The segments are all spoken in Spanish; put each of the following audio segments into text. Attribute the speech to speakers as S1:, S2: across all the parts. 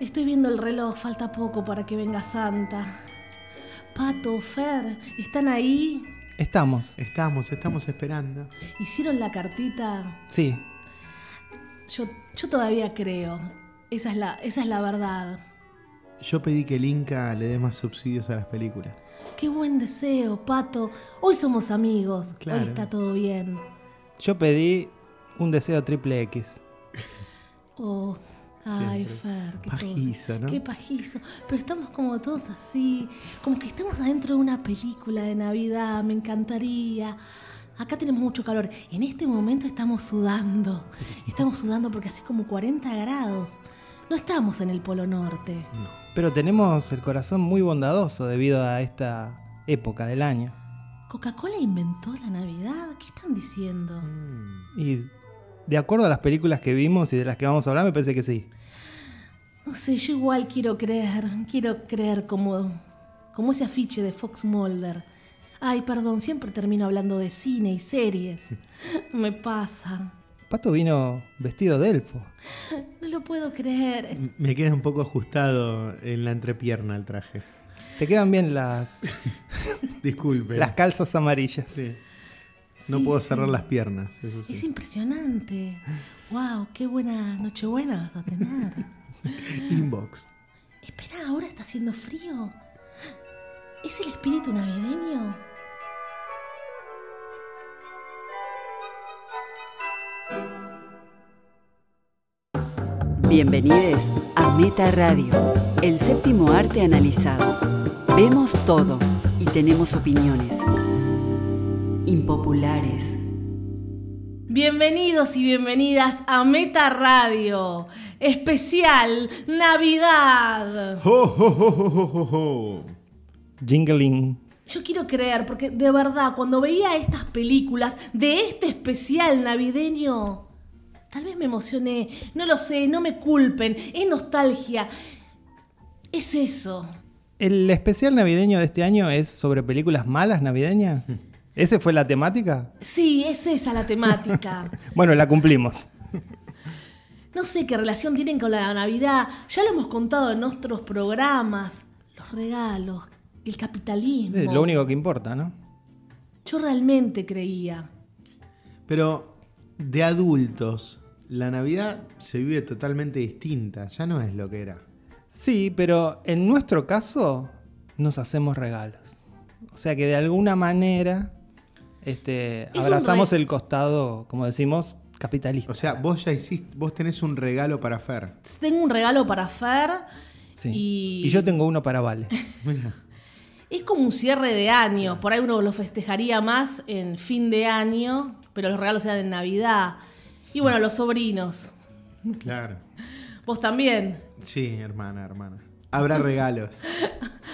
S1: Estoy viendo el reloj, falta poco para que venga Santa. Pato, Fer, ¿están ahí?
S2: Estamos.
S3: Estamos, estamos esperando.
S1: ¿Hicieron la cartita?
S2: Sí.
S1: Yo, yo todavía creo. Esa es, la, esa es la verdad.
S3: Yo pedí que el Inca le dé más subsidios a las películas.
S1: Qué buen deseo, Pato. Hoy somos amigos. Hoy
S3: Claro.
S1: está todo bien.
S2: Yo pedí un deseo triple X.
S1: Oh, ay,
S3: Siempre.
S1: Fer, qué
S3: Pajizo,
S1: cosa,
S3: ¿no?
S1: Qué pajizo. Pero estamos como todos así, como que estamos adentro de una película de Navidad, me encantaría. Acá tenemos mucho calor. En este momento estamos sudando. Estamos sudando porque hace como 40 grados. No estamos en el Polo Norte.
S2: Pero tenemos el corazón muy bondadoso debido a esta época del año.
S1: ¿Coca-Cola inventó la Navidad? ¿Qué están diciendo?
S3: Mm.
S2: Y de acuerdo a las películas que vimos y de las que vamos a hablar, me parece que sí.
S1: No sé, yo igual quiero creer, quiero creer como, como ese afiche de Fox Mulder. Ay, perdón, siempre termino hablando de cine y series. Me pasa.
S2: Pato vino vestido de elfo.
S1: No lo puedo creer.
S3: M- Me queda un poco ajustado en la entrepierna el traje.
S2: Te quedan bien las,
S3: Disculpe.
S2: las calzas amarillas.
S3: Sí. No
S1: Sí,
S3: puedo
S1: sí.
S3: cerrar las piernas, eso sí.
S1: Es impresionante. Wow, qué buena nochebuena vas a tener.
S3: Inbox.
S1: Espera, ahora está haciendo frío. ¿Es el espíritu navideño?
S4: Bienvenidos a Meta Radio, el séptimo arte analizado. Vemos todo y tenemos opiniones impopulares.
S1: Bienvenidos y bienvenidas a Meta Radio, especial Navidad.
S3: ¡Ho, ho, ho, ho, ho, ho, ho!
S2: Jingling.
S1: Yo quiero creer, porque de verdad, cuando veía estas películas de este especial navideño, tal vez me emocioné, no lo sé, no me culpen, es nostalgia. Es eso.
S2: ¿El especial navideño de este año es sobre películas malas navideñas? ¿Esa fue la temática?
S1: Sí, es esa la temática.
S2: Bueno, la cumplimos.
S1: No sé qué relación tienen con la Navidad, ya lo hemos contado en otros programas. Los regalos, el capitalismo.
S2: Es lo único que importa, ¿no?
S1: Yo realmente creía.
S3: Pero de adultos, la Navidad se vive totalmente distinta. Ya no es lo que era.
S2: Sí, pero en nuestro caso nos hacemos regalos. O sea que de alguna manera este,
S1: un
S2: abrazamos
S1: re-
S2: el costado, como decimos, capitalista.
S3: O sea, vos ya hiciste, vos tenés un regalo para Fer.
S1: Tengo un regalo para Fer.
S2: Sí.
S1: y-
S2: y yo tengo uno para Vale.
S1: Es como un cierre de año. Por ahí uno lo festejaría más en fin de año, pero los regalos eran en Navidad. Y bueno, los sobrinos.
S3: Claro.
S1: Vos también.
S3: Sí, hermana, hermana. Habrá regalos.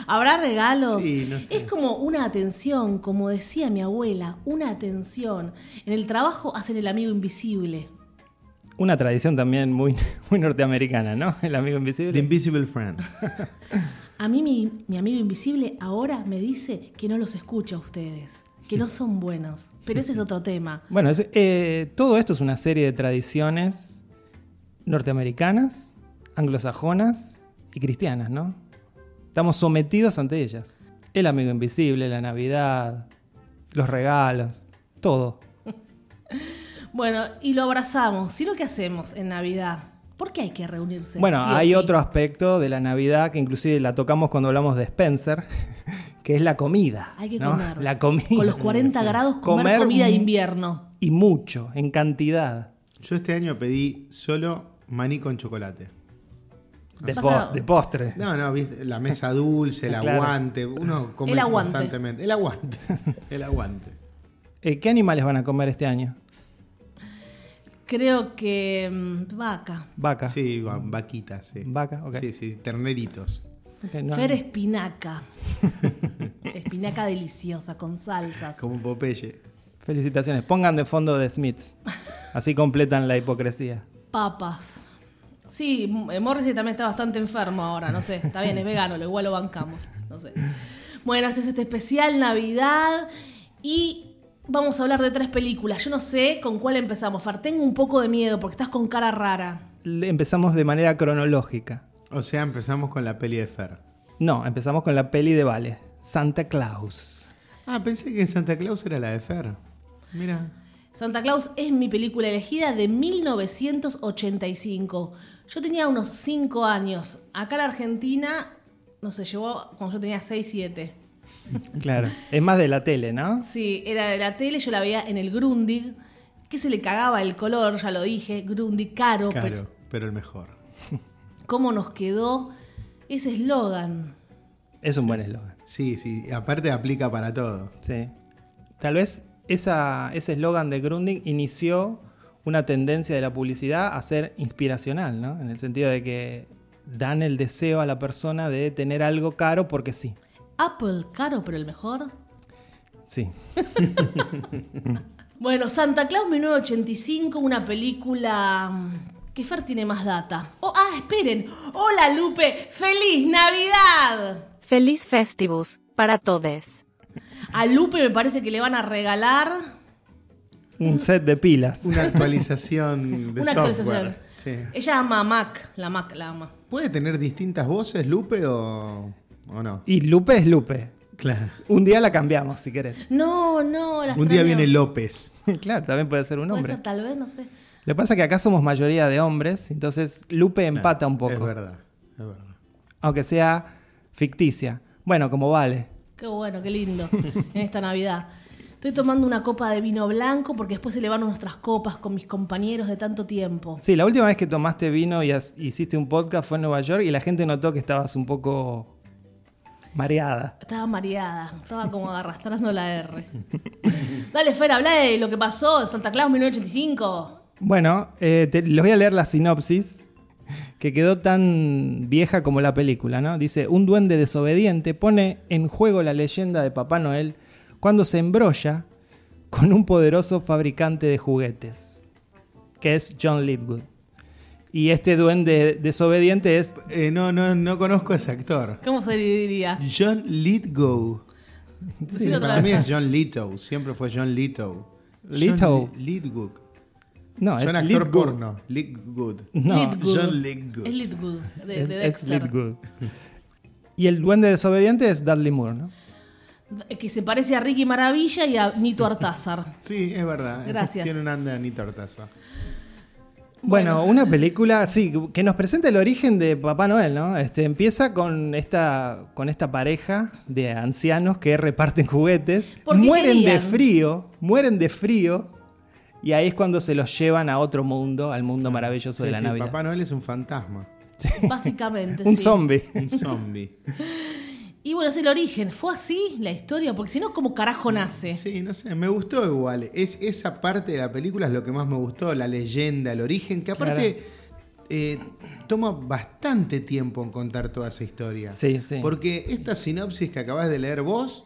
S1: ¿Habrá regalos?
S3: Sí, no sé.
S1: Es como una atención, como decía mi abuela, una atención. En el trabajo hacen el amigo invisible.
S2: Una tradición también muy, muy norteamericana, ¿no? El amigo
S3: The
S2: invisible.
S3: Invisible Friend.
S1: A mí mi, mi amigo invisible ahora me dice que no los escucha a ustedes, que no son buenos. Pero ese es otro tema.
S2: Bueno, es- eh, todo esto es una serie de tradiciones norteamericanas, anglosajonas y cristianas, ¿no? Estamos sometidos ante ellas. El amigo invisible, la Navidad, los regalos, todo.
S1: Bueno, y lo abrazamos. ¿Y lo que hacemos en Navidad? ¿Por qué hay que reunirse?
S2: Bueno,
S1: Sí o
S2: hay
S1: sí.
S2: otro aspecto de la Navidad que inclusive la tocamos cuando hablamos de Spencer, que es la comida.
S1: Hay que
S2: ¿no?
S1: comer.
S2: La comida.
S1: Con los 40 grados, comer,
S2: Comer
S1: comida de
S2: mu-
S1: invierno.
S2: Y mucho, en cantidad.
S3: Yo este año pedí solo maní con chocolate.
S2: De,
S1: Vas
S2: pos-
S1: a-
S2: de postre.
S3: No, no, viste, la mesa dulce, el
S2: Claro.
S3: aguante. Uno come
S1: El aguante.
S3: constantemente. El aguante. El aguante.
S2: Eh, ¿Qué animales van a comer este año?
S1: Creo que. mm, vaca.
S2: Vaca.
S3: Sí, va- vaquita, sí.
S2: Vaca, ok.
S3: Sí, sí, terneritos.
S2: Ok, Eh, no-
S1: Fer espinaca. espinaca deliciosa, con salsas.
S3: Como Popeye.
S2: Felicitaciones. Pongan de fondo de Smiths. Así completan la hipocresía.
S1: Papas. Sí, M- eh, Morrissey también está bastante enfermo ahora, no sé, está bien, es vegano, lo igual lo bancamos, no sé. Bueno, este es este especial Navidad y vamos a hablar de tres películas. Yo no sé con cuál empezamos, Far, tengo un poco de miedo porque estás con cara rara.
S2: Le- Empezamos de manera cronológica.
S3: O sea, empezamos con la peli de Fer.
S2: No, empezamos con la peli de Vale, Santa Claus.
S3: Ah, pensé que Santa Claus era la de Fer. Mira.
S1: Santa Claus es mi película elegida de 1985. Yo tenía unos 5 años. Acá en la Argentina, no sé, llegó cuando yo tenía 6, 7.
S2: Claro. Es más de la tele, ¿no?
S1: Sí, era de la tele, yo la veía en el Grundig, que se le cagaba el color, ya lo dije, Grundig caro,
S3: Claro,
S1: pero
S3: pero el mejor.
S1: cómo nos quedó ese eslogan.
S2: Es un buen eslogan.
S3: Sí, sí. Aparte aplica para todo.
S2: Sí. Tal vez esa, ese eslogan de Grundig inició una tendencia de la publicidad a ser inspiracional, ¿no? En el sentido de que dan el deseo a la persona de tener algo caro porque sí.
S1: Apple, caro, pero el mejor.
S2: Sí.
S1: Bueno, Santa Claus 1985, una película mm, que Fer tiene más data. Oh, ah, esperen. Hola Lupe, feliz Navidad.
S5: Feliz Festivus, para todos.
S1: A Lupe me parece que le van a regalar
S2: Un set de pilas.
S3: Una actualización de
S1: una
S3: software.
S1: actualización.
S3: Sí.
S1: Ella ama a Mac, la Mac la ama.
S3: ¿Puede tener distintas voces, Lupe, o, o no?
S2: Y Lupe es Lupe.
S3: Claro.
S2: Un día la cambiamos, si querés.
S1: No, no, la
S3: Un día
S1: extraño.
S3: viene López.
S2: claro, también puede ser un
S1: Puede
S2: hombre.
S1: ser, tal vez, no sé.
S2: Lo que pasa es que acá somos mayoría de hombres, entonces Lupe empata un
S3: Es
S2: poco,
S3: verdad, es verdad.
S2: aunque sea ficticia. Bueno, como vale.
S1: Qué bueno, qué lindo en esta Navidad. Estoy tomando una copa de vino blanco porque después se le van nuestras copas con mis compañeros de tanto tiempo.
S2: Sí, la última vez que tomaste vino y has- hiciste un podcast fue en Nueva York y la gente notó que estabas un poco mareada.
S1: Estaba mareada, estaba como arrastrando la R. Dale, Fer, habla de lo que pasó en Santa Claus 1985.
S2: Bueno, eh, te- les voy a leer la sinopsis que quedó tan vieja como la película, ¿no? Dice, un duende desobediente pone en juego la leyenda de Papá Noel cuando se embrolla con un poderoso fabricante de juguetes, que es John Lithgow. Y este duende desobediente es...
S3: Eh, no, no, no conozco a ese actor.
S1: ¿Cómo se diría?
S3: John Lithgow.
S1: Sí,
S3: Sí,
S1: otra
S3: para
S1: vez.
S3: mí es John Lithgow. Siempre fue John Lithgow. John
S2: Lithgow.
S3: Li- Lithgow.
S2: No, es
S3: John actor
S2: Lithgow.
S3: porno. Lithgow.
S2: No,
S1: Litgood.
S3: John Litgood.
S1: Es Litgood, de,
S2: Es,
S1: de
S2: es
S1: Dexter.
S2: Lithgow. Y el duende desobediente es Dudley Moore, ¿no?
S1: Que se parece a Ricky Maravilla y a Nito Artázar.
S3: Sí, es verdad.
S1: Gracias.
S3: Tiene un anda ni tortaza.
S2: Bueno, una película, sí, que nos presenta el origen de Papá Noel, ¿no? Este, empieza con esta, con esta pareja de ancianos que reparten juguetes,
S1: ¿Por qué
S2: mueren de
S1: querían?
S2: frío, mueren de frío, y ahí es cuando se los llevan a otro mundo, al mundo maravilloso de la Navidad.
S3: Papá Noel es un fantasma.
S1: Básicamente.
S2: Un
S1: sí.
S2: zombie.
S3: Un zombie.
S1: Y bueno, es el origen. ¿Fue así la historia? Porque si no, ¿cómo carajo nace?
S3: Sí, no sé, me gustó igual. Es, esa parte de la película es lo que más me gustó, la leyenda, el origen, que aparte eh, toma bastante tiempo en contar toda esa historia.
S2: Sí, sí.
S3: Porque esta sinopsis que acabas de leer vos,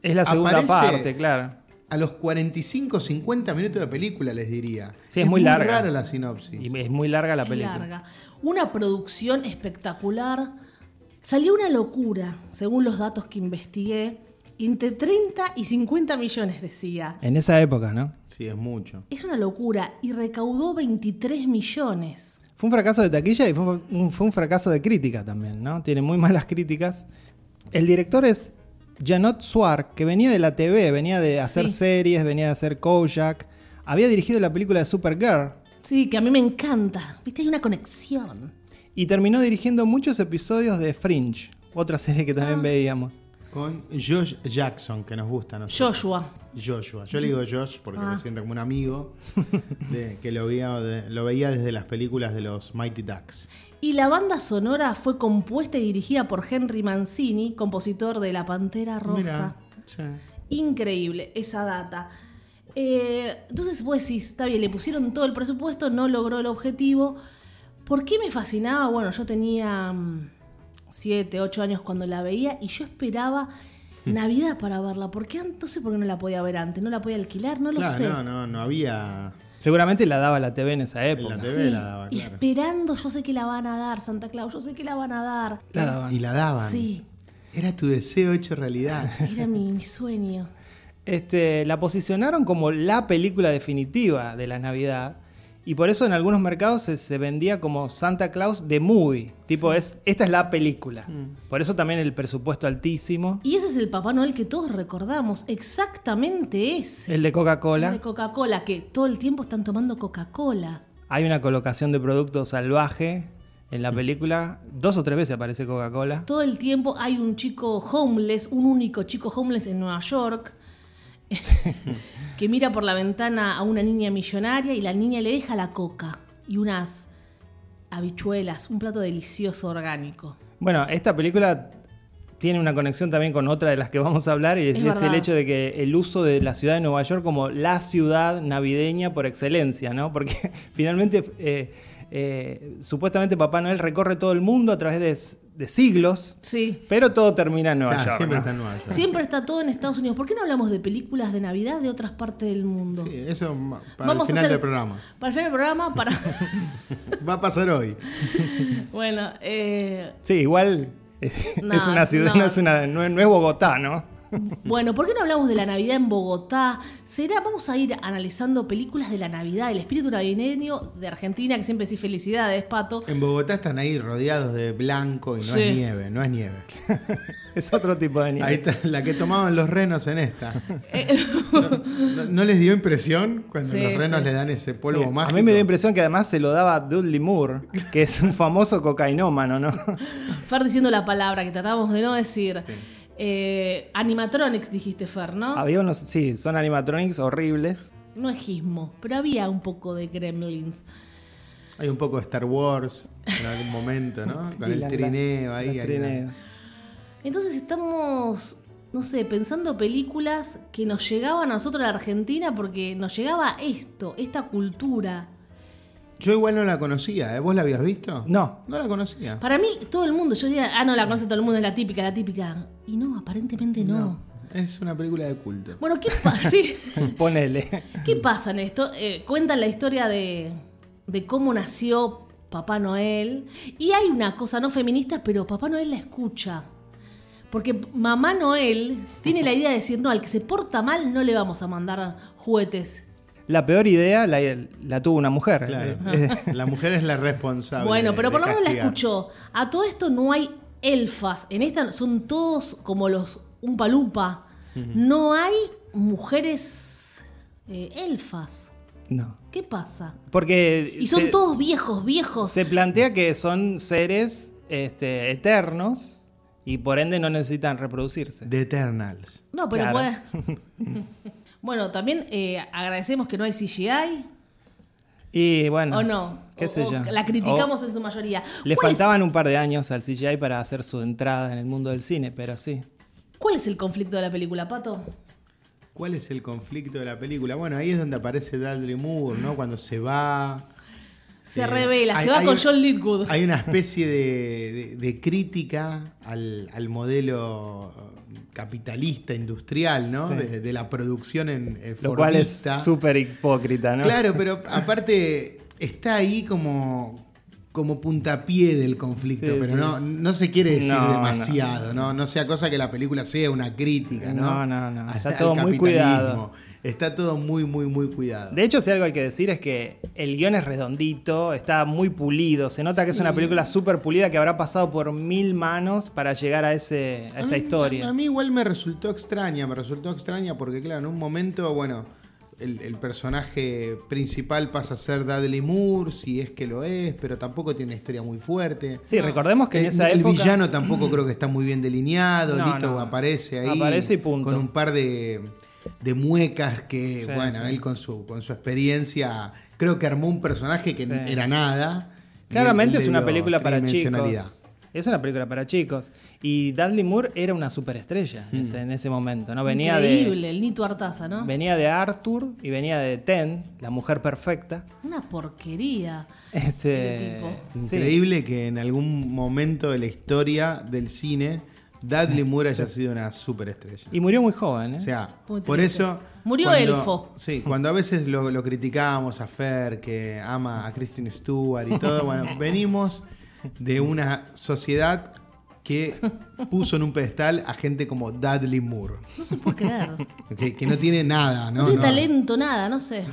S2: Es la segunda
S3: Aparece-
S2: parte, claro.
S3: a los 45, 50 minutos de película les diría.
S2: Sí, es muy larga.
S3: rara la sinopsis.
S2: Y es muy larga la
S1: Es
S2: película.
S1: larga. Una producción espectacular. Salió una locura, según los datos que investigué. Entre 30 y 50 millones, decía.
S2: En esa época, ¿no?
S3: Sí, es mucho.
S1: Es una locura y recaudó 23 millones.
S2: Fue un fracaso de taquilla y fue un, fue un fracaso de crítica también, ¿no? Tiene muy malas críticas. El director es Janot Suar, que venía de la TV, venía de hacer
S1: Sí.
S2: series, venía de hacer Kojak. Había dirigido la película de Supergirl
S1: Sí, que a mí me encanta. Viste, hay una conexión.
S2: y terminó dirigiendo muchos episodios de Fringe, otra serie que también veíamos.
S3: Con Josh Jackson, que nos gusta, ¿no?
S1: Joshua.
S3: Joshua. Yo le digo Josh porque me siento como un amigo de- que lo veía, de- lo veía desde las películas de los Mighty Ducks.
S1: Y la banda sonora fue compuesta y dirigida por Henry Mancini, compositor de La Pantera Rosa.
S3: Mira, sí.
S1: Increíble esa data. Eh, entonces vos decís, está bien, le pusieron todo el presupuesto, no logró el objetivo. ¿Por qué me fascinaba? Bueno, yo tenía 7, 8 años cuando la veía y yo esperaba
S3: Hmm.
S1: Navidad para verla. ¿Por qué? an- No sé por qué no la podía ver antes, no la podía alquilar, no lo
S3: Claro,
S1: sé.
S3: no, no, no había.
S2: Seguramente la daba la TV en esa época.
S3: la
S2: La,
S3: TV.
S1: Sí,
S3: la daba,
S1: Y
S3: claro.
S1: esperando, yo sé que la van a dar, Santa Claus, yo sé que la van a dar.
S2: daban.
S3: Y la daban.
S1: Sí,
S3: Era tu deseo hecho realidad.
S1: era mi, mi sueño.
S2: Este, la posicionaron como la película definitiva de la Navidad Y por eso en algunos mercados se, se vendía como Santa Claus de movie. Tipo, es, esta es la película.
S1: Mm.
S2: Por eso también el presupuesto altísimo.
S1: Y ese es el Papá Noel que todos recordamos, exactamente ese.
S2: El de Coca-Cola.
S1: de Coca-Cola, que todo el tiempo están tomando Coca-Cola.
S2: Hay una colocación de producto salvaje en la película. Dos o tres veces aparece Coca-Cola.
S1: Todo el tiempo hay un chico homeless, un único chico homeless en Nueva York, que mira por la ventana a una niña millonaria y la niña le deja la coca y unas habichuelas, un plato delicioso orgánico.
S2: Bueno, esta película tiene una conexión también con otra de las que vamos a hablar y es,
S1: Es
S2: es el
S1: verdad.
S2: hecho de que el uso de la ciudad de Nueva York como la ciudad navideña por excelencia, ¿no? Porque finalmente, eh, eh, supuestamente Papá Noel recorre todo el mundo a través de, s- de siglos,
S1: Sí.
S2: pero todo termina en Nueva
S3: Ah,
S2: York.
S3: siempre
S2: ¿no?
S3: está en Nueva York.
S1: Siempre está todo en Estados Unidos. ¿Por qué no hablamos de películas de Navidad de otras partes del mundo?
S3: Sí, eso ma- para
S1: Vamos a
S3: el final
S1: hacer-
S3: del programa.
S1: Para hacer el programa, para...
S3: Va a pasar hoy.
S1: bueno, eh,
S2: Sí, igual eh,
S1: No,
S2: es una ciudad,
S1: no.
S2: no, es una, no es- no es Bogotá, ¿no?
S1: Bueno, ¿por qué no hablamos de la Navidad en Bogotá? ¿Será? Vamos a ir analizando películas de la Navidad, el espíritu navideño de Argentina, que siempre decís felicidades, Pato.
S3: En Bogotá están ahí rodeados de blanco y no
S1: Sí.
S3: es nieve, no es nieve.
S2: Es otro tipo de nieve.
S3: Ahí está la que tomaban los renos en esta. ¿No, no les dio impresión cuando
S1: Eh, Sí,
S3: los renos
S1: sí.
S3: le dan ese polvo
S2: Sí,
S3: mágico?
S2: A mí me dio impresión que además se lo daba Dudley Moore, que es un famoso cocainómano, ¿no?
S1: Fer diciendo la palabra que tratamos de no decir. Eh, animatronics, dijiste Fer, ¿no?
S2: Había unos, sí, son animatronics horribles.
S1: No es gismo, pero había un poco de gremlins.
S3: Hay un poco de Star Wars en algún momento, ¿no? Con
S2: Y
S3: el
S2: la- la-
S3: trineo ahí.
S2: los
S3: hay
S2: trineos.
S3: una-
S1: Entonces estamos, no sé, pensando películas que nos llegaban a nosotros a la Argentina porque nos llegaba esto, esta cultura.
S3: Yo igual no la conocía, ¿eh? ¿vos la habías visto?
S2: No.
S3: No la conocía.
S1: Para mí, todo el mundo, yo diría, ah, no, la conoce todo el mundo, es la típica, la típica. Y no, aparentemente no.
S3: Es una película de culto.
S1: Bueno, ¿qué, pa- sí.
S2: Ponele.
S1: ¿Qué pasa en esto? Eh, cuentan la historia de, de cómo nació Papá Noel. Y hay una cosa no feminista, pero Papá Noel la escucha. Porque Mamá Noel tiene la idea de decir, no, al que se porta mal no le vamos a mandar juguetes.
S2: La peor idea la, la tuvo una mujer.
S3: Claro.
S2: Eh,
S3: la mujer es la responsable.
S1: Bueno, pero
S3: de
S1: por lo menos la
S3: castigar.
S1: escuchó. A todo esto no hay elfas. En esta son todos como los Umpalumpa. No hay mujeres eh, elfas.
S2: No.
S1: ¿Qué pasa?
S2: Porque.
S1: Y son
S2: se,
S1: todos viejos, viejos.
S2: Se plantea que son seres este, eternos y por ende no necesitan reproducirse.
S3: The Eternals.
S1: No, pero
S2: Claro.
S1: puede- bueno, también eh, agradecemos que no hay CGI.
S2: Y bueno.
S1: ¿O no?
S2: ¿Qué
S1: O-
S2: sé
S1: o
S2: yo?
S1: La criticamos en su mayoría.
S2: O le
S1: ¿Cuál es-
S2: faltaban un par de años al CGI para hacer su entrada en el mundo del cine, pero sí.
S1: ¿Cuál es el conflicto de la película, Pato?
S3: ¿Cuál es el conflicto de la película? Bueno, ahí es donde aparece Dudley Moore, ¿no? Cuando se va.
S1: Se
S3: Eh,
S1: revela,
S3: hay-
S1: se va
S3: hay
S1: con
S3: un-
S1: John Lidgood.
S3: Hay una especie de, de- de crítica al, al modelo capitalista, industrial, ¿no?
S2: Sí.
S3: De, de la producción en, eh, en
S2: Lo cual es
S3: formista.
S2: súper hipócrita, ¿no?
S3: Claro, pero aparte está ahí como, como puntapié del conflicto,
S2: Sí,
S3: pero
S2: sí.
S3: no, no se quiere decir
S2: No, no.
S3: demasiado, no. ¿no? sea cosa que la película sea una crítica, ¿no?
S2: No, no, no, está
S3: Al- al
S2: todo muy
S3: capitalismo.
S2: cuidado.
S3: Está todo muy, muy, muy cuidado.
S2: De hecho, si algo hay que decir es que el guión es redondito, está muy pulido. Se nota que es una película súper pulida que habrá pasado por mil manos para llegar a, ese, a esa
S3: mí- A
S2: historia.
S3: mí igual me resultó extraña, me resultó extraña porque, claro, en un momento, bueno, el, el personaje principal pasa a ser Dudley Moore, si es que lo es, pero tampoco tiene una historia muy fuerte.
S2: Sí, recordemos que en
S3: El-
S2: esa
S3: Eh, el
S2: época.
S3: villano tampoco creo que está muy bien delineado.
S2: No,
S3: Lito
S2: no.
S3: aparece ahí.
S2: Aparece y punto.
S3: Con un par de, de muecas que,
S2: Sí,
S3: bueno,
S2: sí.
S3: él con su, con su experiencia, creo que armó un personaje que
S2: Sí.
S3: era nada. y
S2: Claramente
S3: él
S2: es
S3: le
S2: una
S3: dio
S2: película para
S3: tridimensionalidad.
S2: chicos. Es una película para chicos. Y Dudley Moore era una superestrella en ese- en ese momento, ¿no? Venía
S1: Increíble,
S2: de,
S1: el Nito Artaza, ¿no?
S2: venía de Arthur y venía de Ten, la mujer perfecta.
S1: Una porquería.
S2: Este,
S1: Ese tipo.
S2: sí.
S3: Increíble que en algún momento de la historia del cine, Dudley Moore haya sido una superestrella.
S2: Y murió muy joven, ¿eh?
S3: O sea,
S1: Muy
S3: por
S1: triste.
S3: eso.
S1: Murió elfo.
S3: Sí, cuando a veces lo, lo criticamos a Fer, que ama a Kristen Stewart y todo, bueno, venimos de una sociedad que puso en un pedestal a gente como Dudley Moore,
S1: No se puede creer. Este
S3: que, que no tiene nada, ¿no?
S1: no tiene
S3: No.
S1: talento, nada, no sé.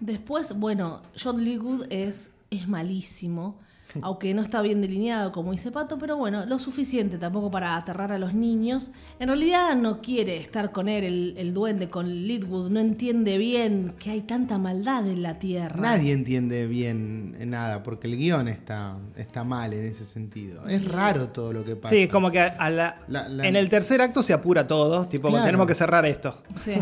S1: Después, bueno, John Lee Good es, es malísimo, aunque no está bien delineado como dice Pato, pero bueno, lo suficiente tampoco para aterrar a los niños. En realidad no quiere estar con él, el, el duende, con Lidwood, no entiende bien que hay tanta maldad en la Tierra.
S3: Nadie entiende bien eh, nada, porque el guión está, está mal en ese sentido. Es raro todo lo que pasa.
S2: Sí, es como que a la-
S3: La- la-
S2: en el tercer acto se apura todo, tipo,
S3: Claro.
S2: tenemos que cerrar esto.
S1: Sí.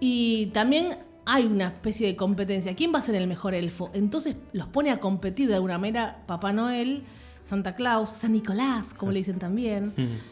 S1: Y también hay una especie de competencia. ¿Quién va a ser el mejor elfo? Entonces los pone a competir de alguna manera Papá Noel, Santa Claus, San Nicolás, como le dicen también.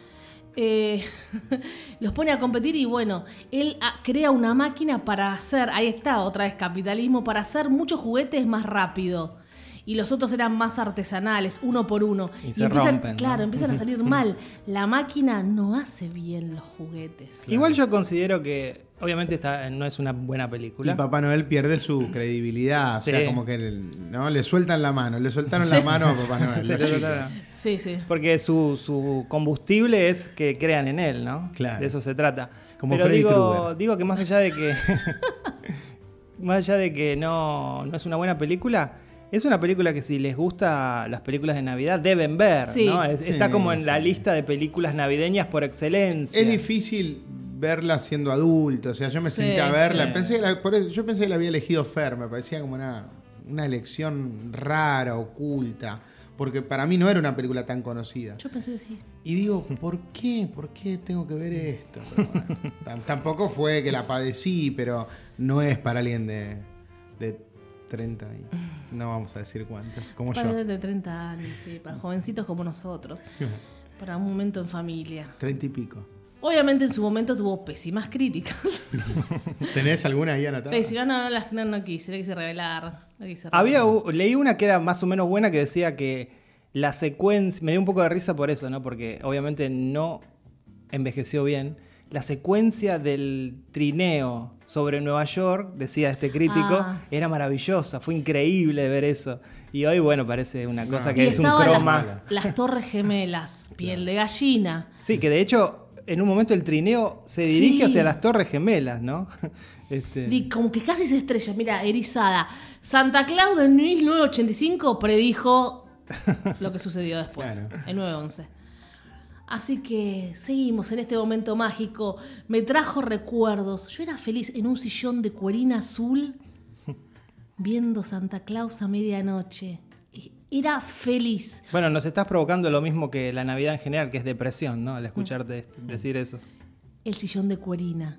S1: Eh, los pone a competir y bueno, él ah, crea una máquina para hacer, ahí está otra vez capitalismo, para hacer muchos juguetes más rápido. Y los otros eran más artesanales, uno por uno.
S2: Y se
S1: empiezan,
S2: rompen, ¿no?
S1: claro, empiezan a salir mal. La máquina no hace bien los juguetes.
S2: Igual yo considero que, obviamente, esta no es una buena película.
S3: Y Papá Noel pierde su credibilidad. O sea,
S2: Sí.
S3: como que el- ¿no? le sueltan la mano. Le soltaron la mano a Papá Noel.
S2: Se
S3: los
S2: le
S3: chicos.
S2: trataron.
S1: Sí, sí.
S2: Porque su, su combustible es que crean en él, ¿no?
S3: Claro.
S2: De eso se trata.
S3: Como
S2: Pero
S3: Freddy
S2: digo,
S3: Krueger.
S2: digo que más allá de que. más allá de que no, no es una buena película, es una película que si les gusta las películas de Navidad deben ver,
S1: Sí.
S2: ¿no? Es-
S3: Sí,
S2: está como en la
S3: sí.
S2: lista de películas navideñas por excelencia.
S3: Es difícil verla siendo adulto. O sea, yo me
S1: Sí,
S3: senté a verla.
S2: sí.
S3: Pensé que la- por eso- yo pensé que la había elegido Fer. Me parecía como una, una elección rara, oculta. Porque para mí no era una película tan conocida.
S1: Yo pensé que sí.
S3: Y digo, ¿por qué? ¿Por qué tengo que ver esto? Pero bueno, tam- tampoco fue que la padecí, pero no es para alguien de, de 30 y no vamos a decir cuántos, como
S1: Para
S3: yo.
S1: de 30 años, sí, para jovencitos como nosotros. Para un momento en familia.
S3: 30 y pico.
S1: Obviamente en su momento tuvo pésimas críticas.
S3: ¿Tenés alguna ahí anotada?
S1: Pésimas, no, no, las- no, no quise, no quise revelar. no quise
S2: Había,
S1: revelar.
S2: u- leí una que era más o menos buena que decía que la secuencia, me dio un poco de risa por eso, ¿no? Porque obviamente no envejeció bien. La secuencia del trineo sobre Nueva York, decía este crítico,
S1: Ah.
S2: era maravillosa, fue increíble ver eso. Y hoy, bueno, parece una cosa
S1: Y
S2: que es un
S1: estaban las-
S2: croma.
S1: Las, torres gemelas, piel de gallina.
S2: Sí, que de hecho, en un momento el trineo se dirige
S1: Sí.
S2: hacia las Torres Gemelas, ¿no? Este,
S1: Di- como que casi se estrella, mira, erizada. Santa Claus en 1985 predijo lo que sucedió después,
S3: Claro.
S1: en 9-11. Así que seguimos en este momento mágico. Me trajo recuerdos. Yo era feliz en un sillón de cuerina azul viendo Santa Claus a medianoche. E- Era feliz.
S2: Bueno, nos estás provocando lo mismo que la Navidad en general, que es depresión, ¿no? Al
S1: Mm.
S2: escucharte est- decir eso.
S1: El sillón de cuerina.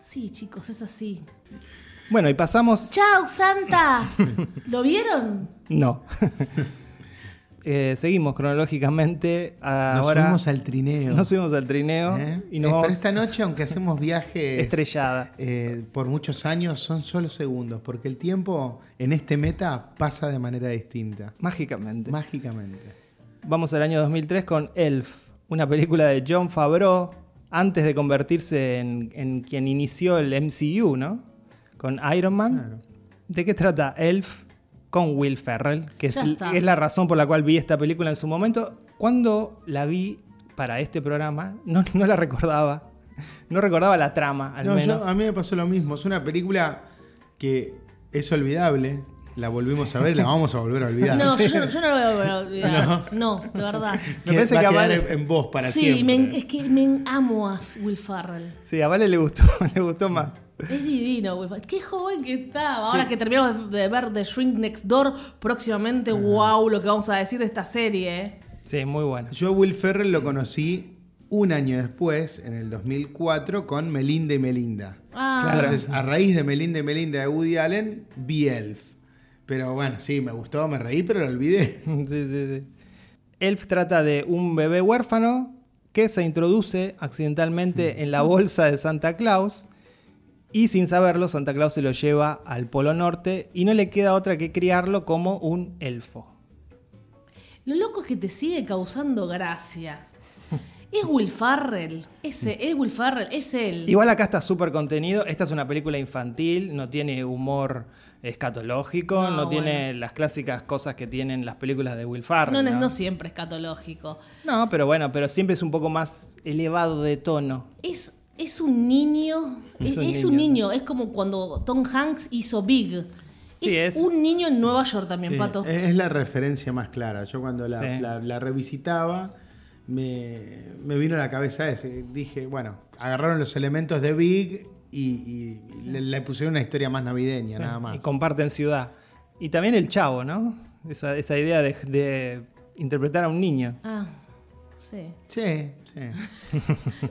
S1: Sí, chicos, es así.
S2: Bueno, y pasamos.
S1: ¡Chao, Santa! ¿Lo vieron?
S2: No. Eh, seguimos cronológicamente.
S3: Nos
S2: Ahora
S3: subimos al trineo.
S2: nos subimos al trineo
S3: ¿Eh?
S2: y nos
S3: Eh, pero
S2: vamos
S3: esta noche, aunque hacemos viajes
S2: estrellada.
S3: eh, por muchos años, son solo segundos, porque el tiempo en este meta pasa de manera distinta,
S2: Mágicamente.
S3: mágicamente.
S2: Vamos al año 2003 con Elf, una película de John Favreau antes de convertirse en, en quien inició el MCU, ¿no? Con Iron Man. ¿De qué trata Elf con Will Ferrell? Que es,
S1: Ya está.
S2: es la razón por la cual vi esta película en su momento. Cuando la vi para este programa, no, no la recordaba. No recordaba la trama, al
S3: No, yo-
S2: menos.
S3: a mí me pasó lo mismo. Es una película que es olvidable. La volvimos a ver y la vamos a volver a olvidar.
S1: No,
S3: Sí.
S1: yo, no- yo no lo voy a olvidar. No. de verdad.
S2: Me parece
S3: va
S2: que
S3: a quedar
S2: Amal-
S3: en, en vos para
S1: sí,
S3: siempre.
S1: me- es que me amo a Will Farrell.
S2: Sí, a Vale le gustó, le gustó más.
S1: Es divino, Will Farrell. Qué joven que estaba. Ahora que terminamos de ver The Shrink Next Door, próximamente, wow, lo que vamos a decir de esta serie. ¿eh?
S2: Sí, muy bueno.
S3: Yo a Will Ferrell lo conocí un año después, en el 2004, con Melinda y Melinda.
S1: Ah.
S2: Claro.
S3: Entonces, a raíz de Melinda y Melinda de Woody Allen, vi Elf. Pero bueno, sí, me gustó, me reí, pero lo olvidé.
S2: Sí, sí, sí. Elf trata de un bebé huérfano que se introduce accidentalmente en la bolsa de Santa Claus y sin saberlo Santa Claus se lo lleva al Polo Norte y no le queda otra que criarlo como un elfo.
S1: Lo loco es que te sigue causando gracia. Es Will Farrell. Ese, es Will Farrell, es él.
S2: Igual acá está súper contenido, esta es una película infantil, no tiene humor escatológico,
S1: No,
S2: no, tiene las clásicas cosas que tienen las películas de Will Ferrell.
S1: no, no,
S2: ¿no?
S1: no siempre es catológico.
S2: No, pero bueno, pero siempre es un poco más elevado de tono.
S1: Es, Es un niño,
S2: Es
S1: es,
S2: un
S1: es un
S2: niño.
S1: niño, es como cuando Tom Hanks hizo Big.
S2: Sí,
S1: es,
S2: es-
S1: un niño en Nueva York también,
S3: Sí,
S1: Pato.
S3: Es es la referencia más clara. Yo cuando la,
S2: Sí.
S3: la- la revisitaba, me, me vino a la cabeza ese. Dije, bueno, agarraron los elementos de Big y, y le, le pusieron una historia más navideña, nada más.
S2: Y comparten ciudad. Y también el chavo, ¿no? Esa, esa idea de, de interpretar a un niño.
S1: Ah, sí.
S3: Sí, sí.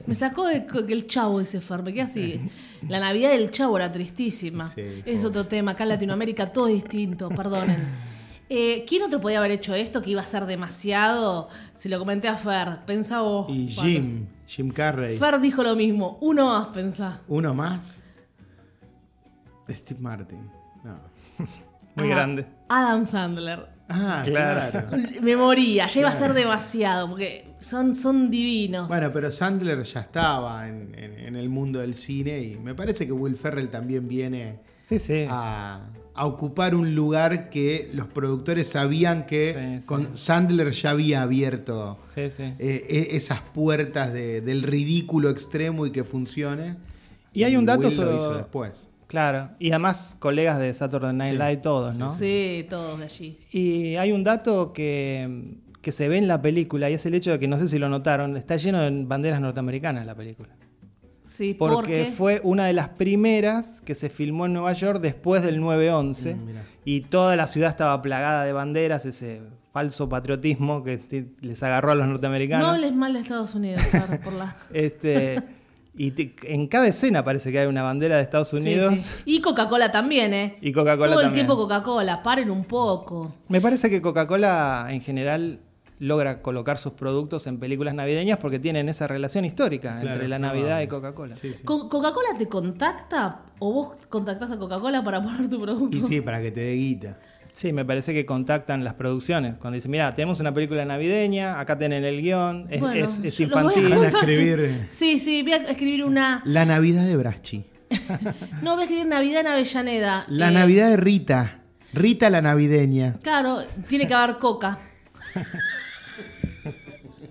S1: Me sacó de co- que el chavo ese Fer, me quedé así. La Navidad del chavo era tristísima.
S3: Sí,
S1: es
S3: pobre.
S1: otro tema, acá en Latinoamérica todo es distinto, perdonen. Eh, ¿Quién otro podía haber hecho esto que iba a ser demasiado? Se lo comenté a Fer, pensá vos.
S3: Y
S1: Pato.
S3: Jim, Jim Carrey.
S1: Fer dijo lo mismo, uno más pensá.
S3: Uno más. Steve Martin. No.
S2: Muy
S1: Ah,
S2: grande.
S1: Adam Sandler.
S3: Ah,
S2: Claro.
S3: claro.
S1: Me moría, ya iba a ser demasiado, porque son, son divinos.
S3: Bueno, pero Sandler ya estaba en, en- en el mundo del cine y me parece que Will Ferrell también viene
S2: Sí, sí.
S3: a, a ocupar un lugar que los productores sabían que
S2: Sí, sí.
S3: con Sandler ya había abierto
S2: Sí, sí.
S3: eh, e- esas puertas de- del ridículo extremo y que funcione.
S2: Y hay un dato
S3: Will lo
S2: sobre-
S3: hizo después.
S2: Claro. Y además colegas de Saturday Night
S3: Sí.
S2: Live todos, ¿no?
S1: Sí, todos de allí.
S2: Y hay un dato que, que se ve en la película y es el hecho de que, no sé si lo notaron, está lleno de banderas norteamericanas la película.
S1: Sí,
S2: Porque,
S1: porque,
S2: fue una de las primeras que se filmó en Nueva York después del 9-11 y toda la ciudad estaba plagada de banderas, ese falso patriotismo que te- les agarró a los
S1: No
S2: norteamericanos.
S1: hables mal de Estados Unidos, Fer, por la...
S2: Este, y te- en cada escena parece que hay una bandera de Estados
S1: Sí,
S2: Unidos
S1: sí. Y Coca-Cola también, ¿eh?
S2: y Coca-Cola.
S1: Todo el
S2: también.
S1: tiempo Coca-Cola, paren un poco.
S2: Me parece que Coca-Cola en general logra colocar sus productos en películas navideñas porque tienen esa relación histórica
S3: Claro,
S2: entre la
S3: probable.
S2: Navidad y Coca-Cola.
S3: Sí, sí.
S1: Co- ¿Coca-Cola te contacta o vos contactás a Coca-Cola para poner tu producto?
S3: Y sí, para que te dé guita.
S2: Sí, me parece que contactan las producciones. Cuando dicen, mira, tenemos una película navideña, acá tienen el guión, es,
S1: Bueno,
S2: es- es
S1: yo los voy a
S2: infantil.
S3: Van a
S1: Contacto.
S3: escribir
S2: eh.
S1: Sí, sí, voy a escribir una...
S3: La Navidad de Braschi.
S1: No, voy a escribir Navidad en Avellaneda.
S3: La
S1: Eh,
S3: Navidad de Rita. Rita la navideña.
S1: Claro, tiene que haber coca.